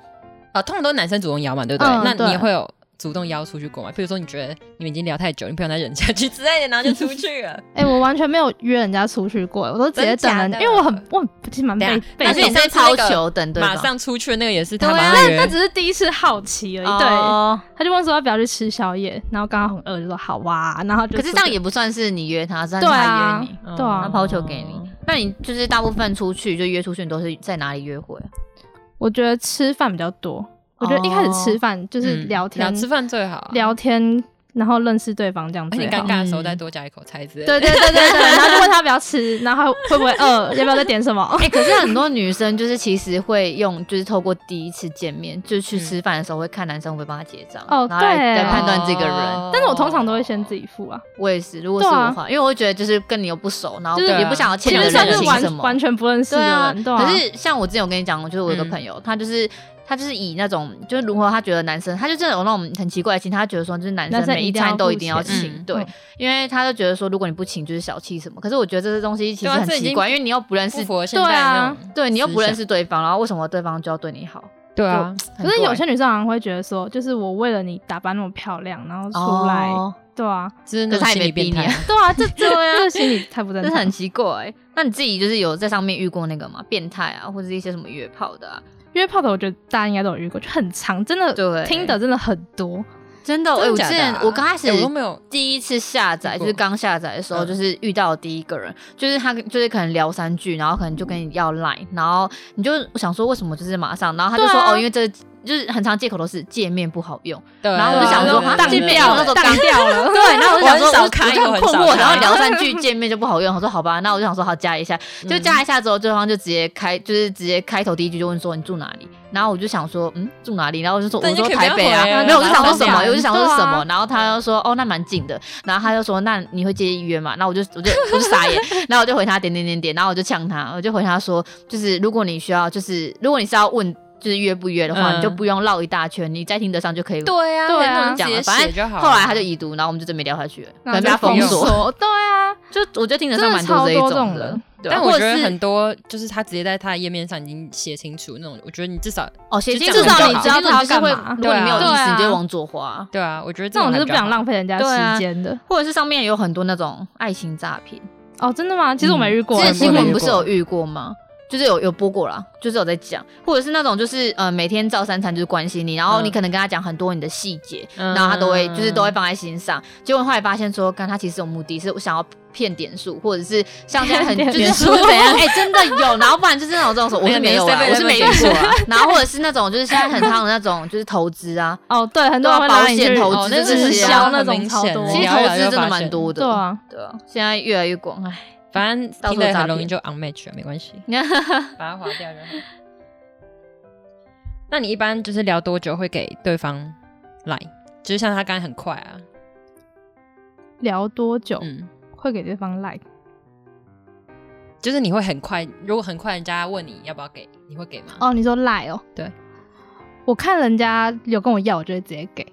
Speaker 2: 呃，通常都是男生主动邀嘛，对不对？
Speaker 3: 嗯
Speaker 2: 那你
Speaker 3: 对
Speaker 2: 也会有主动邀出去过吗？比如说你觉得你们已经聊太久，你不想再忍下去之类的，然后就出去 了。
Speaker 3: 哎、我完全没有约人家出去过，我都直接等
Speaker 2: 真假
Speaker 3: 人，
Speaker 2: 的
Speaker 3: 因为我很我很其实蛮被
Speaker 2: 等一下
Speaker 3: 被
Speaker 1: 啊但是
Speaker 2: 那
Speaker 1: 你在
Speaker 2: 你。
Speaker 3: 动
Speaker 2: 上次那
Speaker 1: 抛
Speaker 2: 个
Speaker 1: 球等对
Speaker 2: 马
Speaker 1: 方，
Speaker 2: 上出去的那个也是
Speaker 1: 对
Speaker 2: 他
Speaker 1: 啊
Speaker 2: 马上
Speaker 3: 那那
Speaker 2: 约，
Speaker 3: 只是第一次好奇而已，对。
Speaker 1: 哦
Speaker 3: 他就问说要不要去吃宵夜，然后刚好很饿，就说好哇、然后就
Speaker 1: 可是
Speaker 3: 出
Speaker 1: 这样
Speaker 3: 去
Speaker 1: 也不算是你约他，算是
Speaker 3: 对
Speaker 1: 他
Speaker 3: 啊
Speaker 1: 约你。
Speaker 2: 嗯
Speaker 3: 对
Speaker 1: 他
Speaker 3: 啊然后
Speaker 1: 抛球给你。那你就是大部分出去就约出去，你都是在哪里约 会啊？
Speaker 3: 我觉得吃饭比较多。我觉得一开始吃饭就是
Speaker 2: 嗯
Speaker 3: 聊天，
Speaker 2: 聊吃饭最好啊，
Speaker 3: 聊天，然后认识对方这样
Speaker 2: 而且
Speaker 3: 最
Speaker 2: 你
Speaker 3: 好
Speaker 2: 尴。尬的时候再多加一口菜之类的。
Speaker 3: 对对对对对，然后就问他要不要吃， 然后会不会饿， 要不要再点什么？
Speaker 1: 哎、可是很多女生就是其实会用，就是透过第一次见面，就是去
Speaker 2: 嗯
Speaker 1: 吃饭的时候会看男生会帮他结账，
Speaker 3: 哦
Speaker 1: 然后来
Speaker 3: 对
Speaker 1: 来判断这个人。
Speaker 2: 哦
Speaker 3: 但是我通常都会先自己付啊，
Speaker 1: 我也是，如果是我
Speaker 3: 对啊
Speaker 1: 的话，因为我会觉得就是跟你又不熟，然后啊
Speaker 3: 就是
Speaker 1: 也不想要
Speaker 3: 其
Speaker 1: 欠
Speaker 2: 两
Speaker 1: 你
Speaker 3: 实
Speaker 2: 个
Speaker 3: 算
Speaker 1: 人
Speaker 3: 是
Speaker 1: 情什
Speaker 3: 完
Speaker 1: 么。
Speaker 3: 完全不认识
Speaker 1: 对
Speaker 3: 的
Speaker 1: 啊
Speaker 3: 人，对啊。
Speaker 1: 可是像我之前我跟你讲，我就是我有个朋友，他就是。他就是以那种，就是如何他觉得男生，他就真的有那种很奇怪的心，他觉得说就是男
Speaker 3: 男
Speaker 1: 生
Speaker 3: 生
Speaker 1: 每
Speaker 3: 一
Speaker 1: 一
Speaker 3: 定要
Speaker 1: 餐都
Speaker 3: 付
Speaker 1: 一定要
Speaker 2: 钱
Speaker 1: 请，
Speaker 2: 嗯
Speaker 1: 对
Speaker 3: 嗯，
Speaker 1: 因为他就觉得说如果你不请就是小气什么。可是我觉得这些东西其实
Speaker 2: 对啊
Speaker 1: 很
Speaker 2: 这已
Speaker 1: 奇
Speaker 2: 经
Speaker 1: 怪，因为你又不认
Speaker 2: 不
Speaker 1: 识，
Speaker 2: 符合现在的那
Speaker 3: 啊
Speaker 2: 种
Speaker 1: 对你又不认
Speaker 2: 思
Speaker 1: 识对方，然后为什么对方就要对你好？
Speaker 2: 想，对啊，
Speaker 1: 很
Speaker 3: 可是有
Speaker 1: 怪
Speaker 3: 些女生好像会觉得说，就是我为了你打扮那么漂亮，然后出来，
Speaker 1: 哦
Speaker 3: 对啊，
Speaker 2: 就是
Speaker 1: 可是
Speaker 2: 那种
Speaker 1: 他也
Speaker 2: 心理
Speaker 1: 没逼
Speaker 2: 变
Speaker 1: 你啊
Speaker 2: 态啊。
Speaker 3: 对啊，这这这心理太不正
Speaker 1: 这
Speaker 3: 常
Speaker 1: 很。奇怪、欸那你自己就是有在上面遇过那个吗？变态啊，或者是一些什么约炮的啊？
Speaker 3: 约炮的我觉得大家应该都有遇过，就很长，真的
Speaker 1: 对
Speaker 3: 听的真的很多。
Speaker 1: 真 的，哎、
Speaker 2: 真
Speaker 1: 我
Speaker 2: 的
Speaker 1: 之
Speaker 2: 假的
Speaker 1: 前
Speaker 2: 啊
Speaker 1: 我刚开始
Speaker 2: 哎我都没有
Speaker 1: 第一次下载，
Speaker 2: 遇
Speaker 1: 就
Speaker 2: 过
Speaker 1: 是刚下载的时候，
Speaker 2: 嗯
Speaker 1: 就是遇到的第一个人，就是他就是可能聊三句，然后可能就跟你要 line，然后你就想说为什么就是马上，然后他就说、
Speaker 3: 对啊
Speaker 1: 哦，因为这就是很常借口都是界面不好用，
Speaker 2: 对啊，
Speaker 1: 然后我
Speaker 3: 对
Speaker 1: 就
Speaker 3: 啊
Speaker 1: 想说
Speaker 3: 对啊
Speaker 1: 啊，
Speaker 3: 当
Speaker 1: 界面
Speaker 3: 掉
Speaker 1: 我那
Speaker 3: 了
Speaker 1: 时候
Speaker 3: 当
Speaker 1: 刚
Speaker 3: 掉了
Speaker 1: 对，然后我就想说，
Speaker 2: 我很少
Speaker 1: 我
Speaker 2: 开
Speaker 1: 我就
Speaker 2: 我
Speaker 1: 很
Speaker 2: 很
Speaker 1: 困
Speaker 2: 少
Speaker 1: 惑，
Speaker 2: 开
Speaker 1: 然后聊三句见面就不好用，我说好吧，那我就想说好加一下，
Speaker 2: 嗯
Speaker 1: 就加一下之后，对方就直接开，就是直接开头第一句就问说你住哪里，然后我就想说嗯住哪里，然后我就说
Speaker 2: 但
Speaker 1: 我
Speaker 2: 你就
Speaker 1: 说
Speaker 2: 可以
Speaker 1: 台北啊
Speaker 2: 不要回，啊
Speaker 1: 没有我就想说什么，
Speaker 3: 对啊
Speaker 1: 我就想说什么，然后他就说哦那蛮近的，然后他就说那你会介意约吗？那我就我就我就傻眼，然后我就回他点点点点，然后我就呛他，我就回他说就是如果你需要就是如果你是要问。就是约不约的话，
Speaker 2: 嗯
Speaker 1: 你就不用绕一大圈，你在听得上就可以
Speaker 2: 对啊，
Speaker 3: 对啊
Speaker 2: 那种
Speaker 1: 讲
Speaker 2: 直
Speaker 1: 了，
Speaker 2: 接
Speaker 1: 反
Speaker 2: 写
Speaker 1: 正
Speaker 2: 就好了。
Speaker 1: 后来他就已读，然后我们就真没聊下去了，可
Speaker 3: 然后
Speaker 1: 能被
Speaker 3: 就
Speaker 1: 他封
Speaker 2: 封
Speaker 1: 锁。
Speaker 3: 锁。对啊，
Speaker 1: 就我就听得上
Speaker 3: 真的
Speaker 1: 蛮多这一种
Speaker 3: 超多这种
Speaker 1: 的
Speaker 3: 的，
Speaker 1: 对啊
Speaker 2: 但
Speaker 1: 或
Speaker 2: 我
Speaker 1: 者
Speaker 2: 觉得
Speaker 1: 是
Speaker 2: 很多就是他直接在他的页面上已经写清楚那种，我觉得你至少
Speaker 1: 哦，写清楚
Speaker 2: 就这样
Speaker 1: 至少
Speaker 2: 就
Speaker 1: 你
Speaker 2: 好
Speaker 1: 知道他就是
Speaker 3: 就是
Speaker 1: 会，
Speaker 3: 要干嘛
Speaker 1: 如果你没有意
Speaker 3: 对
Speaker 1: 思，
Speaker 3: 啊
Speaker 1: 你就会往左滑。
Speaker 2: 对啊，我觉得
Speaker 3: 这种就是不想
Speaker 2: 浪。
Speaker 3: 浪费人家时间的。
Speaker 1: 或者是上面有很多那种爱情诈骗，
Speaker 3: 哦，真的吗？其实我没遇过。
Speaker 1: 之前
Speaker 2: 嗯
Speaker 1: 新
Speaker 2: 我也
Speaker 1: 闻
Speaker 2: 遇
Speaker 1: 不
Speaker 2: 过
Speaker 1: 是有遇过吗？就是有有播过啦，就是有在讲，或者是那种就是呃每天照三餐就是关心你，然后
Speaker 2: 嗯
Speaker 1: 你可能跟他讲很多你的细节，
Speaker 2: 嗯
Speaker 1: 然后他都会就是都会放在心上，结果后来发现说，看他其实有目的是想要骗点数，或者是像现在很
Speaker 3: 骗
Speaker 1: 就是
Speaker 3: 点数
Speaker 1: 说怎 样，哎、真的有，然后不然就是那种这种说我是没有啊，
Speaker 2: 没有
Speaker 1: 我是没遇
Speaker 2: 没有
Speaker 1: 过啊，然后或者是那种就是现在很夯的那种就是投资啊，
Speaker 3: 哦，对，很多人会
Speaker 1: 对啊
Speaker 3: 拉你去
Speaker 1: 保险投
Speaker 2: 哦
Speaker 1: 资
Speaker 2: 那
Speaker 1: 这
Speaker 3: 直
Speaker 1: 些
Speaker 3: 销
Speaker 1: 啊
Speaker 3: 那种超
Speaker 2: 很
Speaker 3: 多。
Speaker 2: 明
Speaker 1: 其实
Speaker 2: 显
Speaker 1: 投
Speaker 2: 聊一
Speaker 1: 资
Speaker 2: 聊就
Speaker 1: 真的
Speaker 2: 发
Speaker 1: 蛮
Speaker 2: 现
Speaker 1: 多的，
Speaker 3: 对啊，
Speaker 1: 对啊，现在越来越广，哎，
Speaker 2: 反正
Speaker 1: 到
Speaker 2: 听
Speaker 1: 处
Speaker 2: 得
Speaker 1: 诈
Speaker 2: 很容易
Speaker 1: 骗
Speaker 2: 就 unmatch，了没关系，把它划掉就好。 那你一般就是聊多久会给对方来？就是像他刚才很快啊，
Speaker 3: 聊多久、
Speaker 2: 嗯，
Speaker 3: 会给对方 like？
Speaker 2: 就是你会很快，如果很快人家问你要不要给，你会给吗？
Speaker 3: 哦，你说 like 哦？
Speaker 2: 对，
Speaker 3: 我看人家有跟我要，我就会直接给。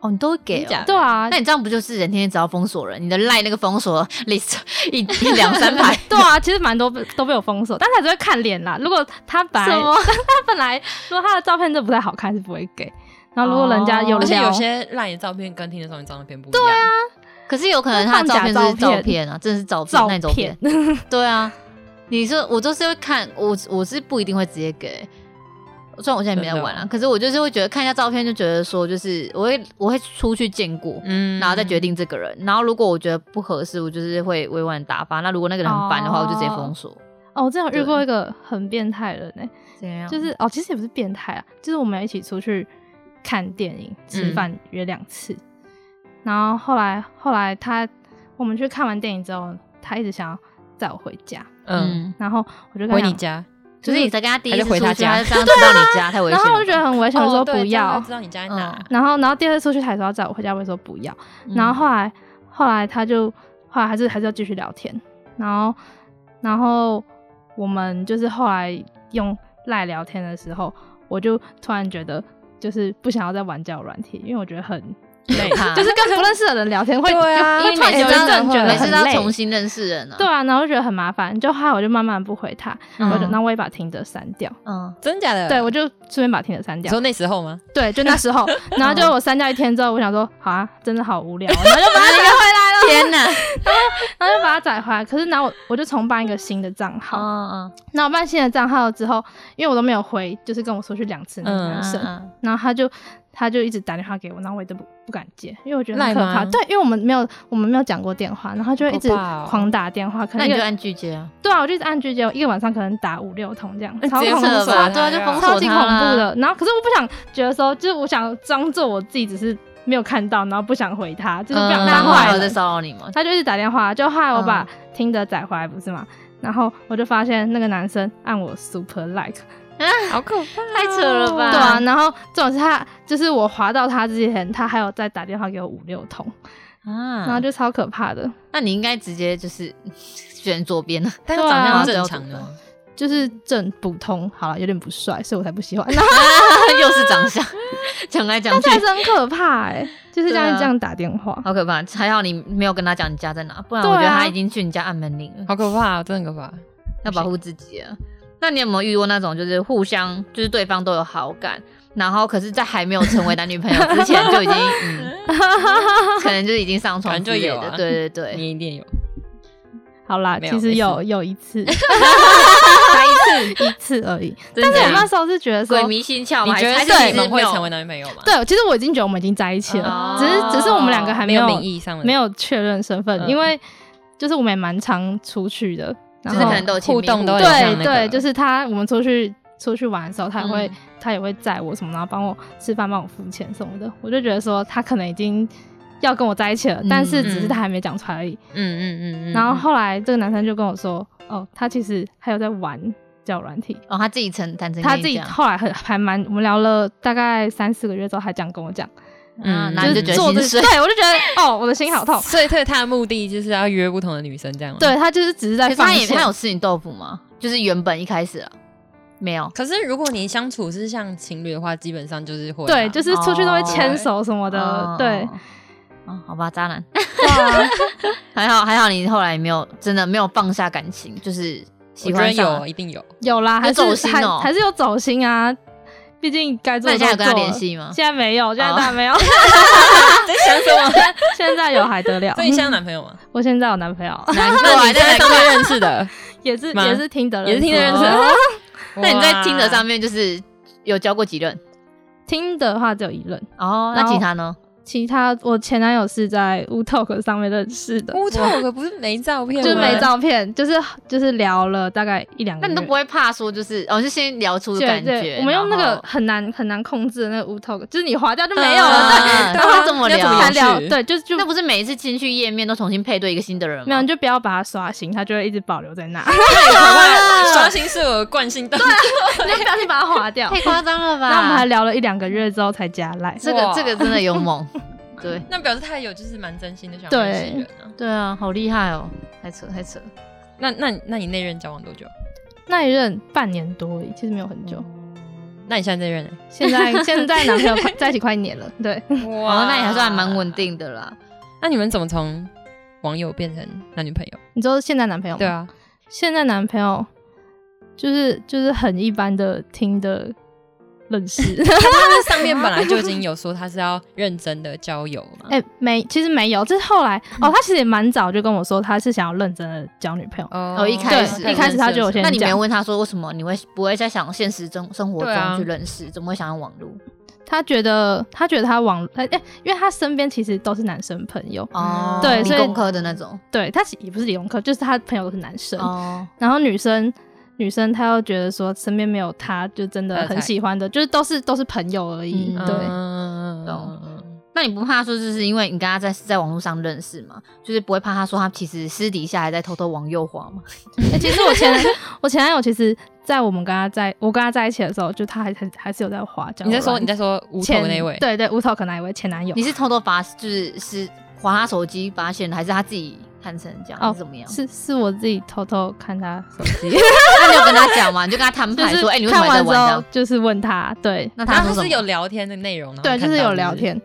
Speaker 1: 哦，你都会给、
Speaker 2: 真假
Speaker 1: 哦。
Speaker 2: 的
Speaker 3: 对啊，
Speaker 1: 那你这样不就是人天天只要封锁人？你的赖那个封锁 list 一一两三排，
Speaker 3: 对啊，其实蛮多被都被我封锁，但是还是会看脸啦。如果他本来
Speaker 1: 什么
Speaker 3: 他本来如果他的照片就不太好看，是不会给。然后如果人家有
Speaker 1: 哦
Speaker 2: 而且
Speaker 3: 聊，
Speaker 2: 有些烂的照片跟听的时候你照片不一样。对啊，
Speaker 1: 可是有可能他的照片就是照片啊，真的是照片，
Speaker 3: 照
Speaker 1: 那你怎么
Speaker 3: 片
Speaker 1: 变？对啊，你说我就是会看，我我是不一定会直接给。虽然我现在没在玩啊，
Speaker 2: 真的哦
Speaker 1: 可是我就是会觉得看一下照片就觉得说，就是我会我会出去见过，
Speaker 2: 嗯
Speaker 1: 然后再决定这个人。然后如果我觉得不合适，我就是会委婉打发。那如果那个人很烦的话，
Speaker 3: 哦
Speaker 1: 我就直接封锁。
Speaker 3: 哦，我之前有遇过一个很变态的人呢、
Speaker 1: 怎样
Speaker 3: 就是哦，其实也不是变态啊，就是我们一起出去看电影、
Speaker 1: 嗯
Speaker 3: 吃饭约两次，然后后来后来他我们去看完电影之后，他一直想要载我回家，
Speaker 2: 嗯，
Speaker 3: 然后我就跟他
Speaker 2: 回
Speaker 3: 讲
Speaker 2: 你，家，
Speaker 1: 就是你才跟他第一次出去，他
Speaker 2: 还是回他家
Speaker 1: 这样知道你家太危险
Speaker 3: 啊
Speaker 1: 了吧。
Speaker 3: 然后我就觉得很危险，我
Speaker 2: 哦
Speaker 3: 说
Speaker 2: 对
Speaker 3: 不
Speaker 2: 这样
Speaker 3: 要
Speaker 2: 他，知道你家在哪
Speaker 1: 嗯。
Speaker 3: 然后然后第二次出去还说要载我回家，我也说不要，
Speaker 1: 嗯，
Speaker 3: 然后后来后来他就后来还是还是要继续聊天，然后然后我们就是后来用赖聊天的时候，我就突然觉得就是不想要再玩交友软体，因为我觉得很累，
Speaker 1: 嗯怕
Speaker 3: 就是跟不认识的人聊天会
Speaker 2: 对啊
Speaker 3: 会
Speaker 1: 因
Speaker 3: 突
Speaker 1: 为
Speaker 3: 然
Speaker 1: 每
Speaker 3: 有
Speaker 1: 次
Speaker 3: 一
Speaker 1: 都要
Speaker 3: 阵觉得
Speaker 1: 每次
Speaker 3: 很
Speaker 1: 都要
Speaker 3: 累
Speaker 1: 重新认识人啊。
Speaker 3: 对，啊，然后就觉得很麻烦，就后来我就慢慢不回他，
Speaker 1: 嗯
Speaker 3: 我就那我也把听着删掉，
Speaker 1: 嗯，
Speaker 2: 真假的？
Speaker 3: 对我就顺便把听着删
Speaker 2: 你
Speaker 3: 掉
Speaker 2: 说，那时候吗？
Speaker 3: 对，就那时候，然后就我删掉一天之后，我想说好啊，真的好无聊，然后就把它
Speaker 1: 天 哪！
Speaker 3: 然后就把它载回来。可是然后我我就重办一个新的账
Speaker 1: 好，
Speaker 3: 号，
Speaker 1: 嗯
Speaker 3: 那、我办新的账号之后，因为我都没有回，就是跟我说去两次那个
Speaker 2: 嗯
Speaker 3: 男生，
Speaker 1: 嗯
Speaker 3: 然后他就他就一直打电话给我，然后我也都不不敢接，因为我觉得
Speaker 2: 赖
Speaker 3: 很可
Speaker 2: 吗
Speaker 3: 怕。对，因为我们没有我们没有讲过电话，然后他就会一直
Speaker 2: 好可怕哦
Speaker 3: 狂打电话，可
Speaker 1: 那
Speaker 3: 能
Speaker 1: 你
Speaker 3: 一
Speaker 1: 就
Speaker 3: 个
Speaker 1: 按拒接啊，
Speaker 3: 对啊，我就一直按拒接，我一个晚上可能打五六通这样，
Speaker 2: 那
Speaker 3: 超
Speaker 2: 直接
Speaker 3: 恐怖
Speaker 2: 封锁
Speaker 3: 的
Speaker 1: 对啊，就封
Speaker 3: 超
Speaker 1: 锁
Speaker 3: 级恐
Speaker 1: 他啦
Speaker 3: 怖。的。然后可是我不想觉得说，就是我想装作我自己只是没有看到，然后不想回他，就是不想
Speaker 1: 嗯
Speaker 3: 当
Speaker 1: 他还
Speaker 3: 坏
Speaker 1: 有在
Speaker 3: 人。
Speaker 1: 骚扰你吗？
Speaker 3: 他就一直打电话，就后来我把
Speaker 1: 嗯
Speaker 3: 听的载回来，不是吗？然后我就发现那个男生按我 super like，
Speaker 2: 好可怕，
Speaker 1: 太扯了吧
Speaker 3: 对啊，然后这种是他就是我滑到他之前，他还有再打电话给我五六通，
Speaker 1: 啊，
Speaker 3: 然后就超可怕的，
Speaker 1: 那你应该直接就是 选左边了。
Speaker 2: 但是长
Speaker 3: 对啊
Speaker 2: 相是正常的吗？
Speaker 3: 就是正普通，好了，有点不帅，所以我才不喜欢。然后
Speaker 1: 又是长相，讲来讲
Speaker 3: 但
Speaker 1: 去
Speaker 3: 是还，是 很可怕哎、就是
Speaker 1: 对
Speaker 3: 这样
Speaker 1: 啊
Speaker 3: 这样打电 话，
Speaker 1: 好可怕！还好你没有跟他讲你家在哪，不然
Speaker 3: 对
Speaker 1: 我
Speaker 3: 啊
Speaker 1: 觉得他已经去你家按门铃了。
Speaker 2: 好可怕，真的很可怕。
Speaker 1: 要保护自己啊。那你有没有遇过那种就是互相就是对方都有好感，然后可是在还没有成为男女朋友之前 就已经嗯，可能就已经上床之类
Speaker 2: 反正就有
Speaker 1: 的，
Speaker 2: 啊
Speaker 1: 对对对，
Speaker 2: 你一定有，
Speaker 3: 好啦，
Speaker 2: 没有
Speaker 3: 其实
Speaker 2: 没事
Speaker 3: 有有一次，一次一次而已。但
Speaker 1: 真的
Speaker 3: 是我
Speaker 1: 啊
Speaker 3: 那时候是觉得说
Speaker 1: 鬼，迷心窍
Speaker 2: 你
Speaker 1: 吗？还
Speaker 2: 觉
Speaker 1: 是
Speaker 2: 得
Speaker 1: 还
Speaker 2: 是
Speaker 1: 是
Speaker 2: 你们会成为
Speaker 1: 男？
Speaker 2: 男女朋友吗？
Speaker 3: 对，其实我已经觉得我们已经在一起了
Speaker 1: 哦，
Speaker 3: 只是只是我们两个还
Speaker 2: 没
Speaker 3: 有
Speaker 2: 名义上
Speaker 1: 嗯
Speaker 2: 的
Speaker 3: 没有确认身份，
Speaker 2: 嗯
Speaker 3: 因为就是我们也蛮常出去的，然
Speaker 1: 就是
Speaker 3: 后
Speaker 1: 可能都有亲密
Speaker 2: 互动都有像
Speaker 3: 对
Speaker 2: 那个
Speaker 3: 对，就是他我们出去。出去玩的时候，他也会、
Speaker 1: 嗯
Speaker 3: 他也会载我什么，然后帮我吃饭、帮我付钱什么的。我就觉得说，他可能已经要跟我在一起
Speaker 1: 嗯
Speaker 3: 了，但是只是他还没讲出来而已。
Speaker 2: 嗯嗯嗯嗯。
Speaker 3: 然后后来这个男生就跟我说，哦，他其实还有在玩交友软体，
Speaker 1: 哦，他自己成坦诚
Speaker 3: 他
Speaker 1: 跟
Speaker 3: 自
Speaker 1: 你
Speaker 3: 己
Speaker 1: 讲，
Speaker 3: 后来很还蛮，我们聊了大概三四个月之后，还这样跟我讲，
Speaker 1: 嗯，
Speaker 2: 嗯
Speaker 1: 那你就
Speaker 3: 就
Speaker 1: 觉
Speaker 3: 是
Speaker 1: 得
Speaker 3: 做
Speaker 1: 心
Speaker 3: 这
Speaker 1: 碎，
Speaker 3: 对我就觉得哦，我的心好 痛。
Speaker 2: 所以特他的目的就是要约不同的女生，这样吗？
Speaker 3: 对。他就是只是
Speaker 1: 可
Speaker 3: 在
Speaker 1: 是
Speaker 3: 放
Speaker 1: 他也
Speaker 3: 线
Speaker 1: 他有吃你豆腐吗？就是原本一开始啊，没有，
Speaker 2: 可是如果你相处是像情侣的话，基本上就是会啊
Speaker 3: 对，就是出去都会牵手什么
Speaker 1: 好
Speaker 3: 的，对，。
Speaker 1: 哦，好吧，渣男，
Speaker 3: 对啊
Speaker 1: 还好还好，你后来没有真的没有放下感情，就是
Speaker 2: 我
Speaker 1: 喜
Speaker 2: 觉得
Speaker 1: 欢上
Speaker 2: 有
Speaker 1: 了。
Speaker 2: 一定有。
Speaker 3: 有啦，还
Speaker 1: 有
Speaker 3: 是
Speaker 1: 走心哦
Speaker 3: 还还是有走心啊，毕竟该做
Speaker 1: 那
Speaker 3: 的
Speaker 1: 你
Speaker 3: 都
Speaker 1: 现在有
Speaker 3: 做
Speaker 1: 跟他
Speaker 3: 了
Speaker 1: 联？系吗？
Speaker 3: 现在没有，现在当然没有，
Speaker 2: 在想什么？
Speaker 3: 现在有还得了
Speaker 2: 所？以你现在有男朋友吗？
Speaker 3: 我现在有男朋友，
Speaker 1: 难
Speaker 2: 那
Speaker 1: 怪，
Speaker 2: 你在
Speaker 1: 难
Speaker 2: 上
Speaker 1: 怪
Speaker 2: 面认识的，
Speaker 3: 也是
Speaker 2: 吗
Speaker 3: 也是听得
Speaker 2: 也是听的认识
Speaker 3: 识
Speaker 2: 的
Speaker 3: 哦。
Speaker 1: 那你在听啊的上面就是有交过几任？
Speaker 3: 听的话只有一任，
Speaker 1: 哦，
Speaker 3: 然
Speaker 1: 那
Speaker 3: 后
Speaker 1: 其他呢？
Speaker 3: 其他我前男友是在 w Talk 上面认识的，
Speaker 2: 乌托克不是没照片吗，
Speaker 3: 就是没照片，就是就是聊了大概一两个
Speaker 1: 那
Speaker 3: 月。
Speaker 1: 你都不会怕说就是哦，就先聊出的
Speaker 3: 对
Speaker 1: 感
Speaker 3: 对
Speaker 1: 觉。，
Speaker 3: 我们用那
Speaker 1: 然
Speaker 3: 个
Speaker 1: 后
Speaker 3: 很难很难控制的那个 w Talk，就是你划掉就没
Speaker 1: 没
Speaker 3: 有
Speaker 1: 有
Speaker 3: 了，
Speaker 1: 了，
Speaker 3: 对，
Speaker 1: 但
Speaker 3: 啊对啊
Speaker 1: 那要怎么
Speaker 2: 要怎
Speaker 1: 聊
Speaker 2: 么
Speaker 3: 很难
Speaker 2: 样？
Speaker 3: 聊，
Speaker 2: 是
Speaker 3: 对，就就
Speaker 1: 那不是每一次进去页面都重新配对一个新的人吗？
Speaker 3: 没有，你就不要把它刷新，它就会一直保留在 那，
Speaker 2: 刷新是我的惯性动作，
Speaker 3: 你就不要去把它划 掉。
Speaker 2: 啊
Speaker 1: 太夸张了吧？
Speaker 3: 那我们还聊了一两个月之后才加赖，
Speaker 1: 这个
Speaker 2: 哇
Speaker 1: 这个真的有 猛，对
Speaker 2: 那表示他有就是蛮真心的想
Speaker 3: 对
Speaker 2: 认识人啊。
Speaker 1: 对啊，好厉害哦，太扯太扯。
Speaker 2: 那那你那你那任交往多久？
Speaker 3: 那一任半年多而已，其实没有很久。
Speaker 2: 嗯那你现在这任呢？
Speaker 3: 现在 现在男朋友快在一起快一年了，对，
Speaker 1: 哦，那你还算蛮稳。定的啦。
Speaker 2: 那你们怎么从网友变成男女朋友？
Speaker 3: 你知道现在男朋友吗？
Speaker 2: 对，啊，
Speaker 3: 现在男朋友就是就是很一般的听的认 识，
Speaker 2: 那上面本来就已经有说他是要认真的交友嘛。
Speaker 3: 哎、没，其实没有，这是后来
Speaker 2: 嗯
Speaker 3: 哦，他其实也蛮早就跟我说他是想要认真的交女朋友，
Speaker 2: 哦
Speaker 1: 哦，一开始
Speaker 3: 对一开始他就有先
Speaker 1: 那你没
Speaker 3: 讲
Speaker 1: 问他说为什么你会不会在想现实中生活
Speaker 2: 对啊
Speaker 1: 中去认识，怎么会想要网络？
Speaker 3: 他觉得他觉得他网哎、哎，因为他身边其实都是男生朋友，
Speaker 1: 哦，
Speaker 3: 对
Speaker 1: 理
Speaker 3: 所以
Speaker 1: 工科的那种
Speaker 3: 对他其也不是理工科，就是他朋友都是男生，
Speaker 1: 哦，
Speaker 3: 然后女生。女生她又觉得说身边没有他，就真的
Speaker 2: 她的
Speaker 3: 很
Speaker 2: 菜
Speaker 3: 喜欢的，就是都是都是朋友而已。
Speaker 1: 嗯
Speaker 3: 对，
Speaker 2: 嗯懂。
Speaker 1: 那你不怕说就是因为你跟他在在网络上认识嘛，就是不会怕他说他其实私底下还在偷偷往右滑吗？
Speaker 3: 欸、其实我前我前男友其实，在我们跟他在我跟他在一起的时候，就他还还还是有在滑交友
Speaker 2: 你在
Speaker 3: 软体。
Speaker 2: 说你在说无头
Speaker 3: 前
Speaker 2: 那位？
Speaker 3: 对对，无头可那一位前男友
Speaker 1: 你是偷偷把就是是划他手机发现的，还是他自己看成这样，还是怎么样？
Speaker 3: 是是我自己偷偷看他手机，
Speaker 1: 那你有跟他讲吗？你就跟他摊
Speaker 3: 就
Speaker 1: 牌
Speaker 3: 是
Speaker 1: 说，哎、你为什
Speaker 3: 看
Speaker 1: 么还在玩
Speaker 3: 完之
Speaker 1: 这
Speaker 3: 后
Speaker 1: 样？哦
Speaker 3: 就是问他，对
Speaker 1: 那
Speaker 2: 然
Speaker 1: 他说
Speaker 2: 后他
Speaker 1: 什
Speaker 2: 是
Speaker 1: 么？
Speaker 2: 有聊天的内容，然后
Speaker 3: 对，
Speaker 2: 看
Speaker 3: 就
Speaker 2: 到
Speaker 3: 是有聊，天，